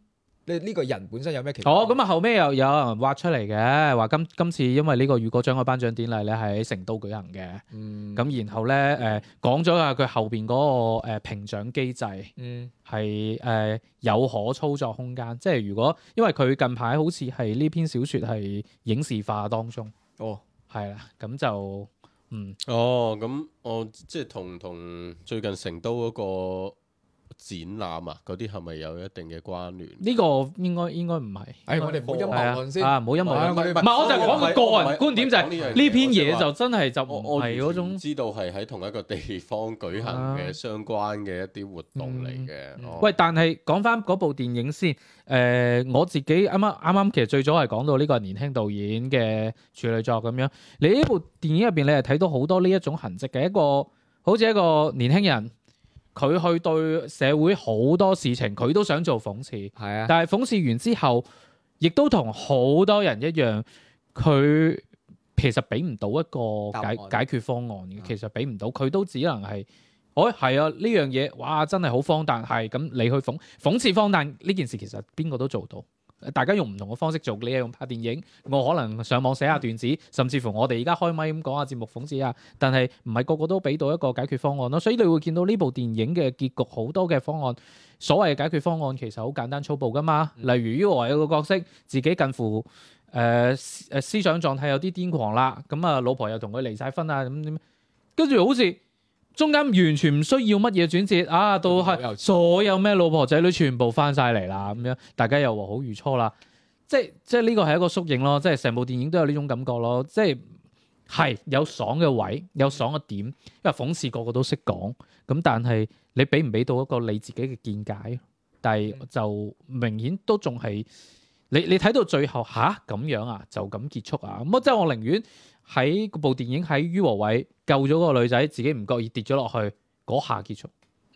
[SPEAKER 4] 你呢個人本身有咩奇怪？
[SPEAKER 2] 哦，咁啊，後尾又有人挖出嚟嘅，話今今次因為呢個雨果獎嘅頒獎典禮咧係喺成都舉行嘅，
[SPEAKER 4] 嗯，咁
[SPEAKER 2] 咁然後咧誒講咗啊，佢後邊嗰呃個誒評獎機制
[SPEAKER 4] 嗯
[SPEAKER 2] 係誒有可操作空間，即係如果因為佢近排好似係呢篇小説係影視化當中，
[SPEAKER 4] 哦，
[SPEAKER 2] 係啦，咁就嗯
[SPEAKER 6] 哦，咁我即係同同最近成都嗰個展覽啊，嗰啲係咪有一定嘅關聯？
[SPEAKER 2] 呢個應該應該唔係。
[SPEAKER 4] 誒，哎我哋唔好陰謀論
[SPEAKER 2] 係
[SPEAKER 4] 先
[SPEAKER 2] 啊，啊，唔好因為
[SPEAKER 4] 啊
[SPEAKER 2] 唔
[SPEAKER 4] 我哋
[SPEAKER 2] 係，我就講個個人觀點就係
[SPEAKER 6] 我唔係我唔係
[SPEAKER 2] 呢篇嘢就真係就
[SPEAKER 6] 我
[SPEAKER 2] 唔
[SPEAKER 6] 我完
[SPEAKER 2] 係
[SPEAKER 6] 全
[SPEAKER 2] 嗰
[SPEAKER 6] 唔
[SPEAKER 2] 種
[SPEAKER 6] 知道係喺同一個地方舉行嘅
[SPEAKER 2] 啊
[SPEAKER 6] 相關嘅一啲活動嚟嘅。
[SPEAKER 4] 嗯
[SPEAKER 6] 哦
[SPEAKER 2] 喂，，但係講翻嗰部電影先，誒、我自己啱啱啱啱其實最早係講到呢個係年輕導演嘅處女作咁樣。你呢部電影入邊，你係睇到好多呢一種痕跡嘅一個，好似一個年輕人，佢去對社會好多事情，佢都想做諷刺，
[SPEAKER 4] 係啊，
[SPEAKER 2] 但係諷刺完之後，亦都同好多人一樣，佢其實俾唔到一個
[SPEAKER 4] 答
[SPEAKER 2] 解
[SPEAKER 4] 案
[SPEAKER 2] 解決方案嘅
[SPEAKER 4] 嗯，
[SPEAKER 2] 其實俾唔到，佢都只能係，哦係啊呢樣嘢，哇真係好荒誕，係咁你去諷諷刺荒誕呢件事，其實邊個都做到。大家用唔同嘅方式做，你係用拍電影，我可能上網寫下段子，
[SPEAKER 4] 嗯
[SPEAKER 2] 甚至乎我哋而家開咪咁講下節目諷刺啊，但係唔係個個都俾到一個解決方案咯，所以你會見到呢部電影嘅結局好多嘅方案，所謂嘅解決方案其實好簡單粗暴噶嘛，例如呢個話有個角色自己近乎。誒思誒思想狀態有啲癲狂啦，咁啊老婆又同佢離晒婚啊，咁點？跟住好似中間完全唔需要乜嘢轉折啊，到
[SPEAKER 4] 又
[SPEAKER 2] 係所有咩老婆仔女全部翻晒嚟啦，咁樣大家又和好如初啦，即係即係呢個係一個縮影咯，即係成部電影都有呢種感覺咯，即係係有爽嘅位，有爽嘅點，因為諷刺個個都識講，咁但係你俾唔俾到一個你自己嘅見解？但係就明顯都仲係。你你睇到最後吓咁樣啊，就咁結束啊！咁即係我寧願喺嗰部電影喺於和偉救咗嗰個女仔，自己唔覺意跌咗落去嗰下結束。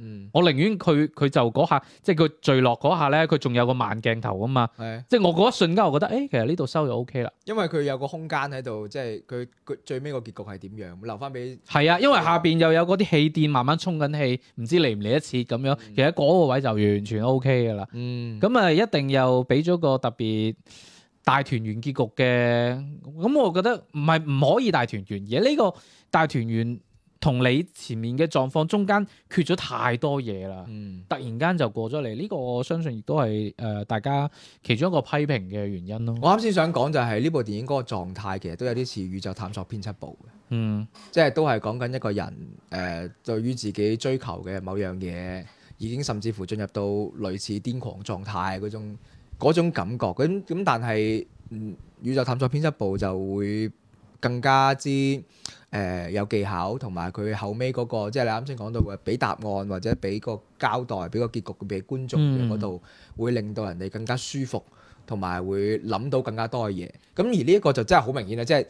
[SPEAKER 4] 嗯，
[SPEAKER 2] 我寧願佢佢就嗰下，即係佢墜落嗰下咧，佢仲有個慢鏡頭啊嘛。
[SPEAKER 4] 係，
[SPEAKER 2] 即係我嗰一瞬間，我覺得誒、其實呢度收就 O K 啦。
[SPEAKER 4] 因為佢有個空間喺度，即係佢佢最尾個結局係點樣，留翻俾
[SPEAKER 2] 係啊，因為下邊又有嗰啲氣墊慢慢充緊氣，唔知嚟唔嚟得切咁樣。其實嗰個位就完全 O K 噶啦。
[SPEAKER 4] 嗯
[SPEAKER 2] 咁啊，一定又俾咗個特別大團圓結局嘅，咁我覺得唔係唔可以大團圓，而呢個大團圓同你前面嘅狀況中間缺咗太多嘢啦，
[SPEAKER 4] 嗯
[SPEAKER 2] 突然間就過咗嚟，呢、個我相信亦都係誒大家其中一個批評嘅原因咯。
[SPEAKER 4] 我啱先想講就係呢部電影嗰個狀態，其實都有啲似宇宙探索編輯部嘅，
[SPEAKER 2] 嗯，
[SPEAKER 4] 即係都係講緊一個人誒、呃，對於自己追求嘅某樣嘢，已經甚至乎進入到類似癲狂狀態嗰種嗰種感覺。咁咁但係、嗯、宇宙探索編輯部就會更加之誒、呃有技巧，同埋佢後尾嗰、個即係你啱先講到嘅，俾答案或者俾個交代，俾個結局俾觀眾嘅嗰度，會令到人哋更加舒服。同埋會諗到更加多嘅嘢。咁而呢一個就真係好明顯啦，即係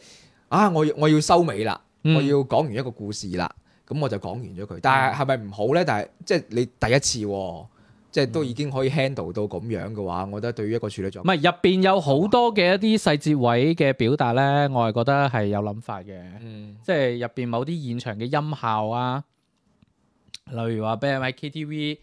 [SPEAKER 4] 啊，我要我要收尾啦，
[SPEAKER 2] 嗯
[SPEAKER 4] 我要講完一個故事啦，咁我就講完咗佢。但係係咪唔好呢？但係即係你第一次喎，即係都已經可以 handle 到咁樣嘅話，我覺得對於一個處女座
[SPEAKER 2] 嗯唔，係入邊有好多嘅一啲細節位嘅表達咧，我係覺得係有諗法嘅。
[SPEAKER 4] 嗯
[SPEAKER 2] 即係入邊某啲現場嘅音效啊，例如話俾人喺 KTV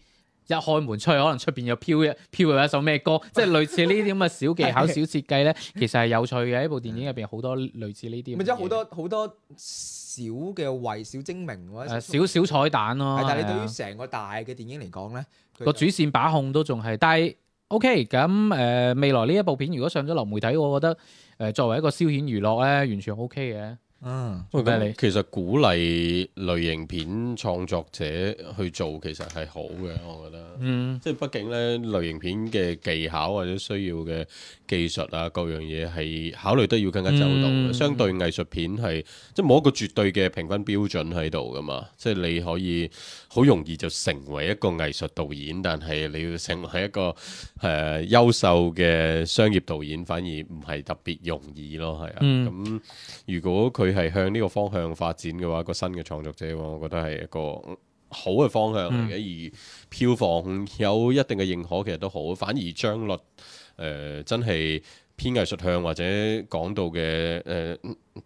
[SPEAKER 2] 一開門出去，可能出邊又飄一飄有一首咩歌，即係類似呢啲咁嘅小技巧、小設 計咧，其實係有趣嘅。呢部電影入邊好多類似呢啲咁嘅嘢，
[SPEAKER 4] 咪即係好多好多小嘅為小精明或者
[SPEAKER 2] 誒小小彩蛋咯
[SPEAKER 4] 係。但係你對
[SPEAKER 2] 係
[SPEAKER 4] 於
[SPEAKER 2] 啊
[SPEAKER 4] 成個大嘅電影嚟講呢，佢
[SPEAKER 2] 個
[SPEAKER 4] 就
[SPEAKER 2] 主線把控都仲係，但係 OK 咁誒、呃未來呢一部片如果上咗流媒體，我覺得誒、呃作為一個消遣娛樂咧，完全 OK 嘅。
[SPEAKER 4] 嗯
[SPEAKER 6] 喂
[SPEAKER 2] 咩
[SPEAKER 6] 咁
[SPEAKER 2] 你
[SPEAKER 6] 其實鼓勵類型片創作者去做，其實係好嘅，我覺得。
[SPEAKER 2] 嗯，
[SPEAKER 6] 即係畢竟咧，類型片嘅技巧或者需要嘅技術啊，各樣嘢係考慮得要更加周到嘅。
[SPEAKER 2] 嗯
[SPEAKER 6] 相對藝術片係即係冇一個絕對嘅評分標準喺度噶嘛，即係你可以好容易就成為一個藝術導演，但係你要成為一個誒、呃、優秀嘅商業導演，反而唔係特別容易咯，係啊。
[SPEAKER 2] 嗯
[SPEAKER 6] 咁、如果佢係向呢個方向發展嘅話，個新嘅創作者，我覺得係一個好嘅方向
[SPEAKER 2] 嗯
[SPEAKER 6] 嚟嘅，而票房有一定嘅認可，其實都好。反而張律誒、呃真係偏藝術向或者講到嘅誒、呃、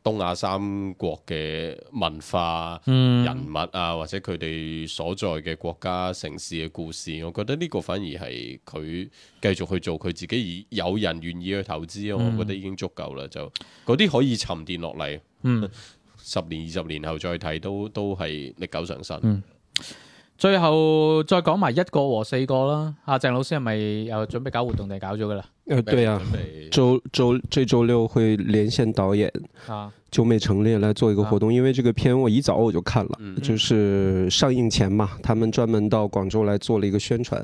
[SPEAKER 6] 東亞三國嘅文化、
[SPEAKER 2] 嗯
[SPEAKER 6] 人物啊，或者佢哋所在嘅國家、城市嘅故事，我覺得呢個反而係佢繼續去做佢自己而有人願意去投資啊，我覺得已經足夠啦。就嗰啲可以沉澱落嚟，
[SPEAKER 2] 嗯，
[SPEAKER 6] 十年、二十年後再睇都都係歷久常新。
[SPEAKER 2] 嗯最後再講埋一個和四個啦。阿鄭老師係咪又準備搞活動定係搞咗噶啦？
[SPEAKER 5] 呃，对啊，周周这周六会连线导演
[SPEAKER 2] 啊，
[SPEAKER 5] 久美成列来做一个活动，因为这个片我一早我就看了，就是上映前嘛，他们专门到广州来做了一个宣传，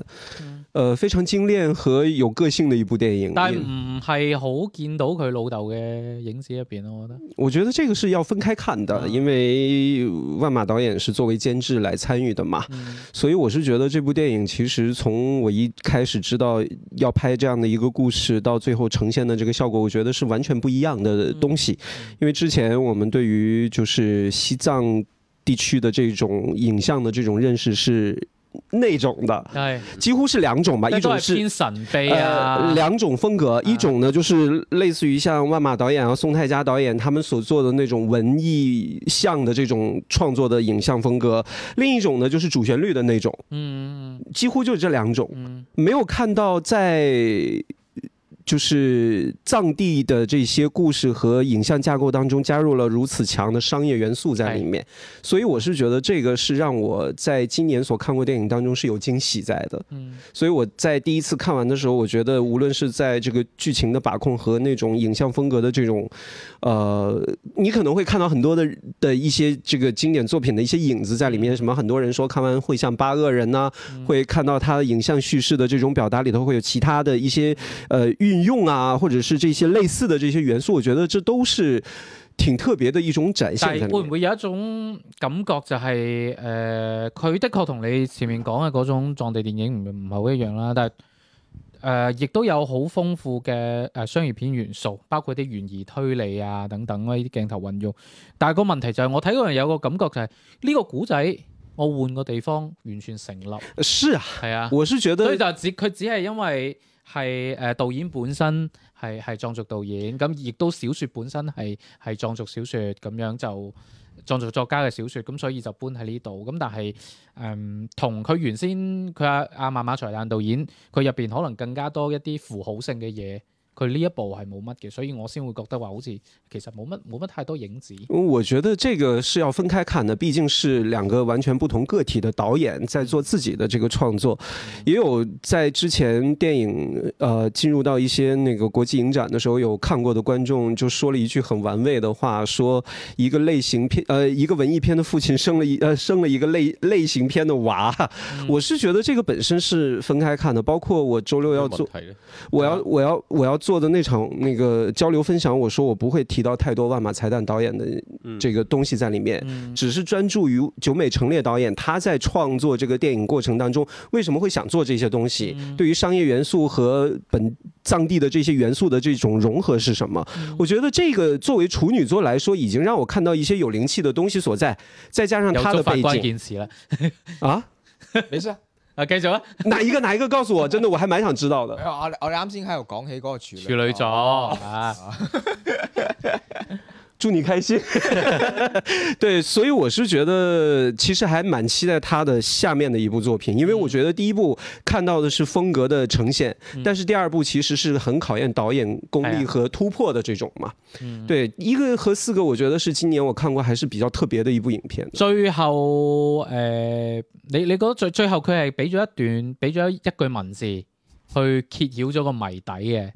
[SPEAKER 5] 呃，非常精炼和有个性的一部电影。
[SPEAKER 2] 但
[SPEAKER 5] 也
[SPEAKER 2] 係唔係好見到佢老豆嘅影子入邊咯，我覺得。
[SPEAKER 5] 我觉得这个是要分开看的，因为万马导演是作为监制来参与的嘛，所以我是觉得这部电影其实从我一开始知道要拍这样的一个故事，到最后呈现的这个效果，我觉得是完全不一样的东西。
[SPEAKER 2] 嗯
[SPEAKER 5] 因为之前我们对于就是西藏地区的这种影像的这种认识是那种的，
[SPEAKER 2] 係，
[SPEAKER 5] 几乎是两种吧，一
[SPEAKER 2] 嗯即係都
[SPEAKER 5] 种
[SPEAKER 2] 係
[SPEAKER 5] 是
[SPEAKER 2] 偏神秘
[SPEAKER 5] 呃，
[SPEAKER 2] 啊。
[SPEAKER 5] 两种风格，一种呢就是类似于像万马导演啊、宋泰佳导演他们所做的那种文艺向的这种创作的影像风格；另一种呢就是主旋律的那种，
[SPEAKER 2] 嗯
[SPEAKER 5] 几乎就是这两种，
[SPEAKER 2] 嗯
[SPEAKER 5] 没有看到在。就是藏地的这些故事和影像架构当中加入了如此强的商业元素在里面，所以我是觉得这个是让我在今年所看过电影当中是有惊喜在的。
[SPEAKER 2] 嗯
[SPEAKER 5] 所以我在第一次看完的时候，我觉得无论是在这个剧情的把控和那种影像风格的这种，呃，你可能会看到很多的的一些这个经典作品的一些影子在里面。什么很多人说看完会像八恶人呐、
[SPEAKER 2] 嗯
[SPEAKER 5] 会看到他的影像叙事的这种表达里头会有其他的一些呃运用啊，或者是这些类似的这些元素，我觉得这都是挺特别的一种展现
[SPEAKER 2] 但
[SPEAKER 5] 在
[SPEAKER 2] 係
[SPEAKER 5] 里
[SPEAKER 2] 會唔
[SPEAKER 5] 面。
[SPEAKER 2] 會有一種感覺就係、誒，呃佢、的確同你前面講嘅嗰種藏地電影唔唔係好一樣啦，但係。誒、亦都有好豐富嘅誒、商業片元素，包括啲懸疑推理啊等等呢啲鏡頭運用。但係個問題就係、我睇嗰樣有個感覺就係、呢、個古仔，我換個地方完全成立，
[SPEAKER 5] 是啊，
[SPEAKER 2] 係啊。
[SPEAKER 5] 我是觉
[SPEAKER 2] 所
[SPEAKER 5] 得
[SPEAKER 2] 以就只佢只係因為係誒、呃、導演本身係係藏族導演，咁亦都小説本身係係藏族小説咁樣就藏族作家嘅小説，咁所以就搬喺呢度。咁但係誒同佢原先佢阿阿馬馬才旦導演佢入邊可能更加多一啲符號性嘅嘢。佢呢一部係冇乜嘅，所以我先會覺得話好似其實冇乜冇乜太多影子。
[SPEAKER 5] 嗯我觉得这个是要分开看的，毕竟是两个完全不同个体的导演在做自己的这个创作，也有在之前电影呃进入到一些那个国际影展的时候有看过的观众就说了一句很玩味的话，说一个类型片呃一个文艺片的父亲生了一呃生了一个类类型片的娃，我是觉得这个本身是分开看的，包括我周六要做
[SPEAKER 6] 睇咧，
[SPEAKER 5] 我要我要我要做的那场那个交流分享，我说我不会提到太多万马才旦导演的这个东西在里面，只是专注于久美成烈导演他在创作这个电影过程当中为什么会想做这些东西，对于商业元素和本藏地的这些元素的这种融合是什么？我觉得这个作为处女座来说，已经让我看到一些有灵气的东西所在，再加上
[SPEAKER 2] 有
[SPEAKER 5] 他的
[SPEAKER 2] 觸發
[SPEAKER 5] 背
[SPEAKER 2] 關
[SPEAKER 5] 景
[SPEAKER 2] 鍵詞啦，
[SPEAKER 5] 啊，
[SPEAKER 4] 你先，
[SPEAKER 2] 啊繼續啊，
[SPEAKER 5] 哪一个哪一个告诉我，真的我还蛮想知道的。
[SPEAKER 4] 我我哋啱先喺度講起嗰個處女
[SPEAKER 2] 處女座啊，
[SPEAKER 5] 祝你开心。 对，所以我是觉得其实还蛮期待他的下面的一部作品，因为我觉得第一部看到的是风格的呈现，但是第二部其实是很考验导演功
[SPEAKER 2] 哎
[SPEAKER 5] 力
[SPEAKER 2] 呀
[SPEAKER 5] 和突破的这种嘛。
[SPEAKER 2] 嗯
[SPEAKER 5] 对，一个和四个，我觉得是今年我看過还是比较特别的一部影片。
[SPEAKER 2] 最後誒、呃你你覺得最最後佢係俾咗一段，俾咗一句文字去揭曉咗個謎底嘅，
[SPEAKER 5] 哎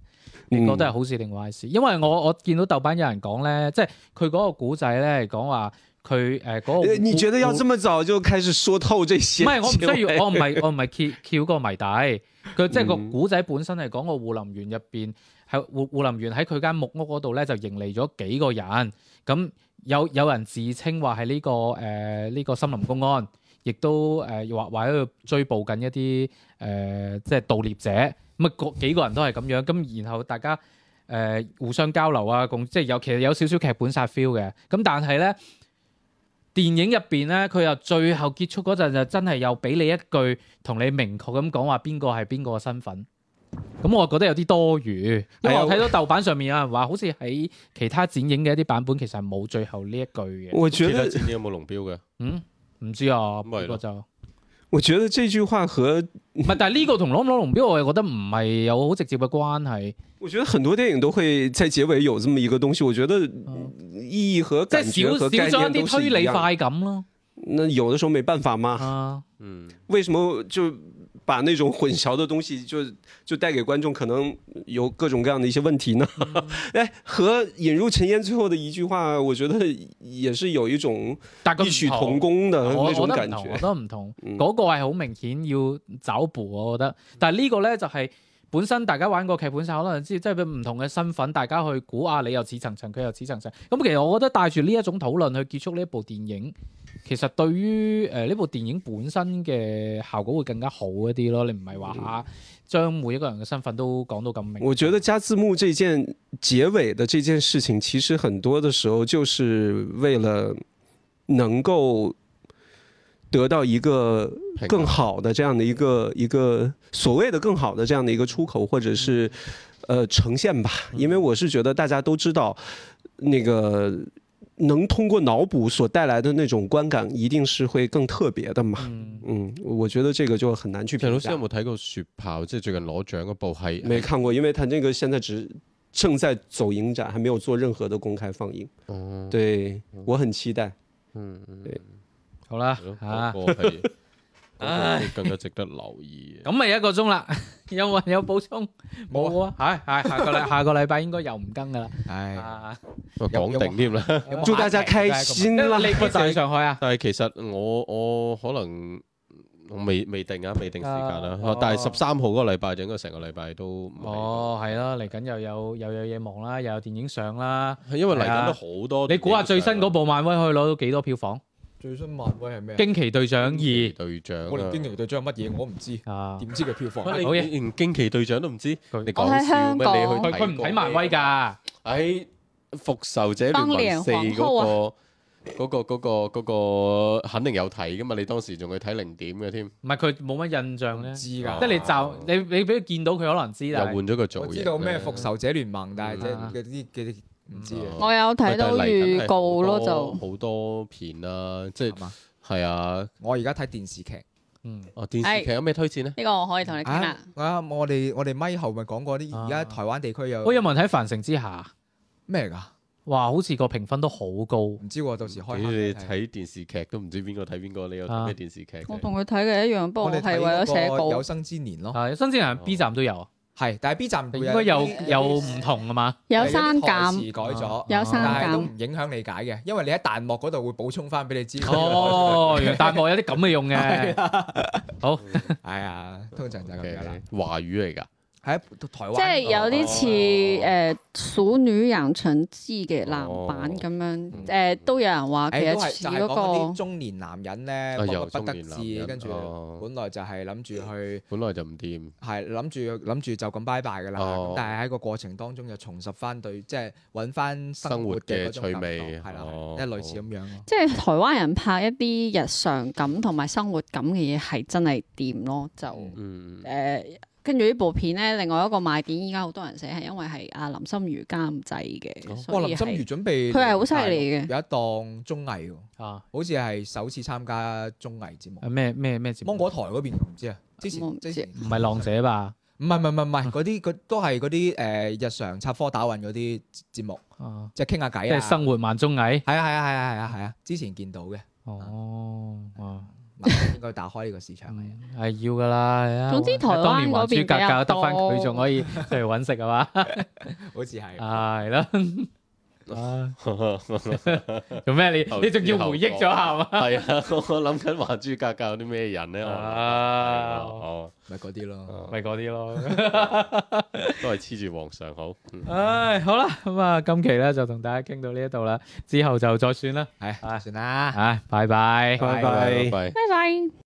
[SPEAKER 2] 你
[SPEAKER 5] 嗯
[SPEAKER 2] 覺得係好事定壞事？因為我我見到豆瓣有人講咧，即係佢嗰個古仔咧係講話佢誒嗰個
[SPEAKER 5] 呃
[SPEAKER 2] 古，
[SPEAKER 5] 你觉得要这
[SPEAKER 2] 古
[SPEAKER 5] 么早就开始说透这些？
[SPEAKER 2] 唔係我唔需
[SPEAKER 5] 結尾
[SPEAKER 2] 要，我唔係我 唔係揭揭曉個謎底，佢即係個古仔本身係講個護林員入邊喺護護林員喺佢間木屋嗰度咧就迎嚟咗幾個人，咁有有人自稱話係呢個誒呢、個森林公安，亦都誒話話喺度追捕緊一啲誒、呃即係盜獵者，咁啊個幾個人都係咁樣，咁然後大家誒、呃互相交流啊，共即係有其實有少少劇本殺 feel 嘅，咁但係咧。電影入邊咧，佢又最後結束嗰陣就真係又俾你一句同你明確咁講話邊個係邊個嘅身份，咁我覺得有啲多餘，因為
[SPEAKER 5] 係啊
[SPEAKER 2] 我睇到豆瓣上面有人話，好似喺其他展映嘅一啲版本其實係冇最後呢一句嘅。
[SPEAKER 5] 我
[SPEAKER 6] 其
[SPEAKER 5] 觉
[SPEAKER 6] 他
[SPEAKER 5] 得，
[SPEAKER 6] 展有冇龍標嘅？
[SPEAKER 2] 嗯，唔知啊，不
[SPEAKER 6] 咪係
[SPEAKER 2] 過
[SPEAKER 6] 咯
[SPEAKER 2] 就唔
[SPEAKER 5] 我覺得這句話和
[SPEAKER 2] 係，但係呢個同攞唔攞龍標，我又覺得唔係有好直接嘅關係。
[SPEAKER 5] 我覺得很多電影都會在結尾有這麼一個東西，我覺得意義和
[SPEAKER 2] 即
[SPEAKER 5] 感
[SPEAKER 2] 係
[SPEAKER 5] 覺
[SPEAKER 2] 少
[SPEAKER 5] 和
[SPEAKER 2] 少
[SPEAKER 5] 概
[SPEAKER 2] 咗
[SPEAKER 5] 念
[SPEAKER 2] 一
[SPEAKER 5] 都
[SPEAKER 2] 啲
[SPEAKER 5] 是
[SPEAKER 2] 推
[SPEAKER 5] 一
[SPEAKER 2] 理
[SPEAKER 5] 樣。
[SPEAKER 2] 快感咯。
[SPEAKER 5] 那有的時候沒辦法嘛，
[SPEAKER 2] 啊，
[SPEAKER 6] 嗯，
[SPEAKER 5] 為什麼就把那種混淆的東西就就帶給觀眾，可能有各種各樣的一些問題呢？
[SPEAKER 2] 嗯
[SPEAKER 5] 哎，和引入陳嫣最後的一句話，我覺得也是有一種
[SPEAKER 2] 但係
[SPEAKER 5] 異曲
[SPEAKER 2] 佢唔
[SPEAKER 5] 同工的
[SPEAKER 2] 啊我
[SPEAKER 5] 那
[SPEAKER 2] 我
[SPEAKER 5] 種
[SPEAKER 2] 覺得唔
[SPEAKER 5] 感
[SPEAKER 2] 同，
[SPEAKER 5] 覺
[SPEAKER 2] 我覺。得唔同，
[SPEAKER 5] 嗯
[SPEAKER 2] 嗰個係好明顯要找步，我覺得。但係呢個咧就係本身大家玩過劇本殺，可能知即係唔同嘅身份，大家去估啊，你又似層層，佢又似層層。咁其實我覺得帶住呢一種討論去結束呢一部電影，其實對於誒呢部電影本身嘅效果會更加好一啲咯。你唔係話嚇將每一個人嘅身份都講到咁明。
[SPEAKER 5] 我覺得加字幕這件結尾的這件事情，其實很多的時候就是為了能夠得到一個
[SPEAKER 6] 平
[SPEAKER 5] 更好的这樣的一個一個所謂的更好的這樣的一個出口，或者是呃呈現吧。因為我是覺得大家都知道，那個能通過腦補所帶來的那種觀感，一定是會更特別的嘛。
[SPEAKER 2] 嗯，
[SPEAKER 5] 嗯，我覺得這個就很難去
[SPEAKER 6] 陳老
[SPEAKER 5] 評
[SPEAKER 6] 師有
[SPEAKER 5] 價。
[SPEAKER 6] 冇睇過《雪豹》？即係最近攞獎嗰部啊係
[SPEAKER 5] 沒看過，因為他這個現在只正在走影展，還沒有做任何的公開放映。
[SPEAKER 6] 哦，
[SPEAKER 5] 對我很期待。
[SPEAKER 2] 好啦
[SPEAKER 6] 係咯
[SPEAKER 2] 嚇。
[SPEAKER 6] 嗰個係嗰個更加值得留意嘅。
[SPEAKER 2] 咁咪一個鐘啦， 有冇人有補充？冇啊，係係下個 禮下個禮拜應該又唔更噶啦。
[SPEAKER 4] 唉，
[SPEAKER 2] 啊，
[SPEAKER 6] 咁講定添啦。
[SPEAKER 5] 祝大家開心啦！
[SPEAKER 2] 你幾時去上海啊？
[SPEAKER 6] 但係其實我我可能我未未定啊，未定時間啦。
[SPEAKER 2] 啊
[SPEAKER 6] 但係十三號嗰個禮拜就應該成個禮拜都唔喺度，
[SPEAKER 2] 哦，係啦，嚟緊又有又有嘢忙啦，又有電影上啦。
[SPEAKER 6] 係因為嚟
[SPEAKER 2] 係啊
[SPEAKER 6] 緊都好多。
[SPEAKER 2] 你估下最新嗰部漫威可以攞到幾多票房？
[SPEAKER 4] 最新漫威係咩？
[SPEAKER 2] 《驚奇隊長二》
[SPEAKER 6] 隊長啊，
[SPEAKER 4] 我連驚奇隊長係乜嘢我唔知，
[SPEAKER 2] 啊，
[SPEAKER 4] 點知佢票房？
[SPEAKER 6] 喂你
[SPEAKER 2] 好嘢
[SPEAKER 6] 你連驚奇隊長都唔知，
[SPEAKER 8] 我
[SPEAKER 2] 佢
[SPEAKER 6] 你講
[SPEAKER 8] 喺
[SPEAKER 6] 笑
[SPEAKER 8] 香
[SPEAKER 6] 咩？
[SPEAKER 8] 港
[SPEAKER 6] 你
[SPEAKER 2] 佢
[SPEAKER 6] 去
[SPEAKER 2] 佢唔睇漫威。㗎，
[SPEAKER 6] 喺復仇者聯盟四
[SPEAKER 8] 當年皇后啊
[SPEAKER 6] 嗰個嗰個嗰個嗰個肯定有睇噶嘛？你當時仲去睇零點嘅添，
[SPEAKER 2] 唔係佢冇乜印象咧。
[SPEAKER 4] 唔知
[SPEAKER 2] 即
[SPEAKER 4] 㗎，
[SPEAKER 2] 係你就你你俾佢見到佢可能知
[SPEAKER 6] 又
[SPEAKER 2] 啦
[SPEAKER 6] 換。咗個造
[SPEAKER 4] 我
[SPEAKER 6] 型。
[SPEAKER 4] 知道咩復仇啊者聯盟，但係即
[SPEAKER 2] 嗯
[SPEAKER 4] 係嗰啲嗰啲唔知啊。
[SPEAKER 8] 我有睇到預告咯，
[SPEAKER 6] 嗯喂但係嚟緊係好多
[SPEAKER 8] 就
[SPEAKER 6] 好多片啦，即
[SPEAKER 4] 係
[SPEAKER 6] 係
[SPEAKER 4] 嘛
[SPEAKER 6] 係啊，
[SPEAKER 4] 我而家睇電視劇
[SPEAKER 2] 嗯，
[SPEAKER 6] 哦電視劇有咩推薦呢？
[SPEAKER 8] 呢個我可以同你傾啦
[SPEAKER 4] 啊。！啱我哋我哋咪後咪講過啲，而
[SPEAKER 2] 啊
[SPEAKER 4] 家台灣地區有
[SPEAKER 2] 我有冇人睇《繁城之下》？
[SPEAKER 4] 咩㗎？
[SPEAKER 2] 哇，好似個評分都好高。
[SPEAKER 4] 唔知喎，到時開
[SPEAKER 6] 你哋
[SPEAKER 4] 下睇。
[SPEAKER 6] 睇電視劇都唔知邊個睇邊個，你有
[SPEAKER 2] 啊
[SPEAKER 6] 睇咩電視劇啫？
[SPEAKER 8] 我同佢睇嘅一樣，不過
[SPEAKER 4] 我
[SPEAKER 8] 我
[SPEAKER 4] 哋
[SPEAKER 8] 係
[SPEAKER 4] 睇
[SPEAKER 8] 為咗寫
[SPEAKER 4] 嗰個有
[SPEAKER 8] 稿。
[SPEAKER 4] 生之年咯，
[SPEAKER 2] 啊，新鮮人 B 站都有啊，
[SPEAKER 4] 係，但係 B 站
[SPEAKER 2] 應
[SPEAKER 4] 會
[SPEAKER 2] 該有
[SPEAKER 4] 啲
[SPEAKER 2] 有啊唔同啊嘛。
[SPEAKER 8] 有刪
[SPEAKER 4] 台
[SPEAKER 8] 減，
[SPEAKER 4] 詞改咗，哦
[SPEAKER 8] 有刪
[SPEAKER 4] 但係都
[SPEAKER 8] 減。
[SPEAKER 4] 唔影響理解嘅，因為你喺彈幕嗰度會補充翻俾你知。
[SPEAKER 2] 哦，原來彈幕有啲咁嘅 用嘅。好，
[SPEAKER 4] 係啊，通常就係咁樣啦。
[SPEAKER 6] 嘅華語嚟㗎，
[SPEAKER 4] 喺台灣哦
[SPEAKER 8] 即係有啲似誒《鼠女養成之》嘅男版咁樣，誒都有人話其
[SPEAKER 4] 哦誒都
[SPEAKER 8] 實
[SPEAKER 4] 係
[SPEAKER 8] 似
[SPEAKER 4] 就係
[SPEAKER 8] 嗰
[SPEAKER 4] 講嗰啲
[SPEAKER 8] 個
[SPEAKER 4] 中年男人咧，
[SPEAKER 6] 啊又
[SPEAKER 4] 不
[SPEAKER 6] 中
[SPEAKER 4] 得
[SPEAKER 6] 年男
[SPEAKER 4] 志，
[SPEAKER 6] 人
[SPEAKER 4] 跟住
[SPEAKER 6] 哦
[SPEAKER 4] 本來就係諗住去。
[SPEAKER 6] 本來就唔掂。
[SPEAKER 4] 係諗住諗住就咁拜拜㗎啦，
[SPEAKER 6] 哦
[SPEAKER 4] 咁但係喺個過程當中又重拾翻對，即係揾翻生活嘅嗰種
[SPEAKER 6] 生活嘅趣味
[SPEAKER 4] 感覺係啦，
[SPEAKER 6] 哦
[SPEAKER 4] 即係類似咁樣咯。
[SPEAKER 8] 即係台灣人拍一啲日常感同埋生活感嘅嘢係真係掂咯，就
[SPEAKER 4] 嗯
[SPEAKER 6] 嗯，
[SPEAKER 8] 誒。跟住呢部片咧，另外一個賣點，依家好多人寫係因為係阿林心如監製嘅，
[SPEAKER 4] 嗯哦哇！
[SPEAKER 8] 所以
[SPEAKER 4] 林心如
[SPEAKER 8] 係
[SPEAKER 4] 準備
[SPEAKER 8] 佢係好犀利嘅
[SPEAKER 4] 有一檔綜藝喎，
[SPEAKER 2] 啊，
[SPEAKER 4] 好似係首次參加綜藝節目，
[SPEAKER 6] 嗯
[SPEAKER 2] 咩咩咩節目
[SPEAKER 4] 芒？果台嗰邊唔知啊，之前
[SPEAKER 8] 我唔知
[SPEAKER 4] 之前
[SPEAKER 2] 唔係浪姐吧？
[SPEAKER 4] 唔係唔係唔係唔係嗰啲嗰都係嗰啲誒日常插科打諢嗰啲節目，
[SPEAKER 2] 啊，
[SPEAKER 4] 即係傾下偈啊，
[SPEAKER 2] 即係生活萬中藝。
[SPEAKER 4] 係啊係啊係啊係啊係啊，之前見到嘅，
[SPEAKER 2] 哦，啊，
[SPEAKER 4] 嗱應該打開呢個市場係啊。
[SPEAKER 2] 係要噶啦。係啊
[SPEAKER 8] 總之台灣
[SPEAKER 2] 當年還珠
[SPEAKER 8] 嗰邊
[SPEAKER 2] 格格
[SPEAKER 8] 比較
[SPEAKER 2] 得
[SPEAKER 8] 多
[SPEAKER 2] 翻佢，仲可以出嚟揾食係嘛？
[SPEAKER 4] 好似係。
[SPEAKER 2] 啊係啦。 啊做咩？你你仲要回憶咗下嘛？
[SPEAKER 6] 係啊，我諗緊華珠格格有啲咩人咧？我
[SPEAKER 2] 啊
[SPEAKER 6] 哦，
[SPEAKER 4] 咪嗰啲咯，
[SPEAKER 2] 咪嗰啲咯。
[SPEAKER 6] 都係黐住皇上好。嗯
[SPEAKER 2] 唉，好啦，咁啊，今期咧就同大家傾到呢一度啦，之後就再算啦。
[SPEAKER 4] 係
[SPEAKER 2] 啊
[SPEAKER 4] 算啦。
[SPEAKER 2] 啊，拜拜。
[SPEAKER 4] 拜
[SPEAKER 5] 拜拜
[SPEAKER 6] 拜拜。
[SPEAKER 8] 拜拜。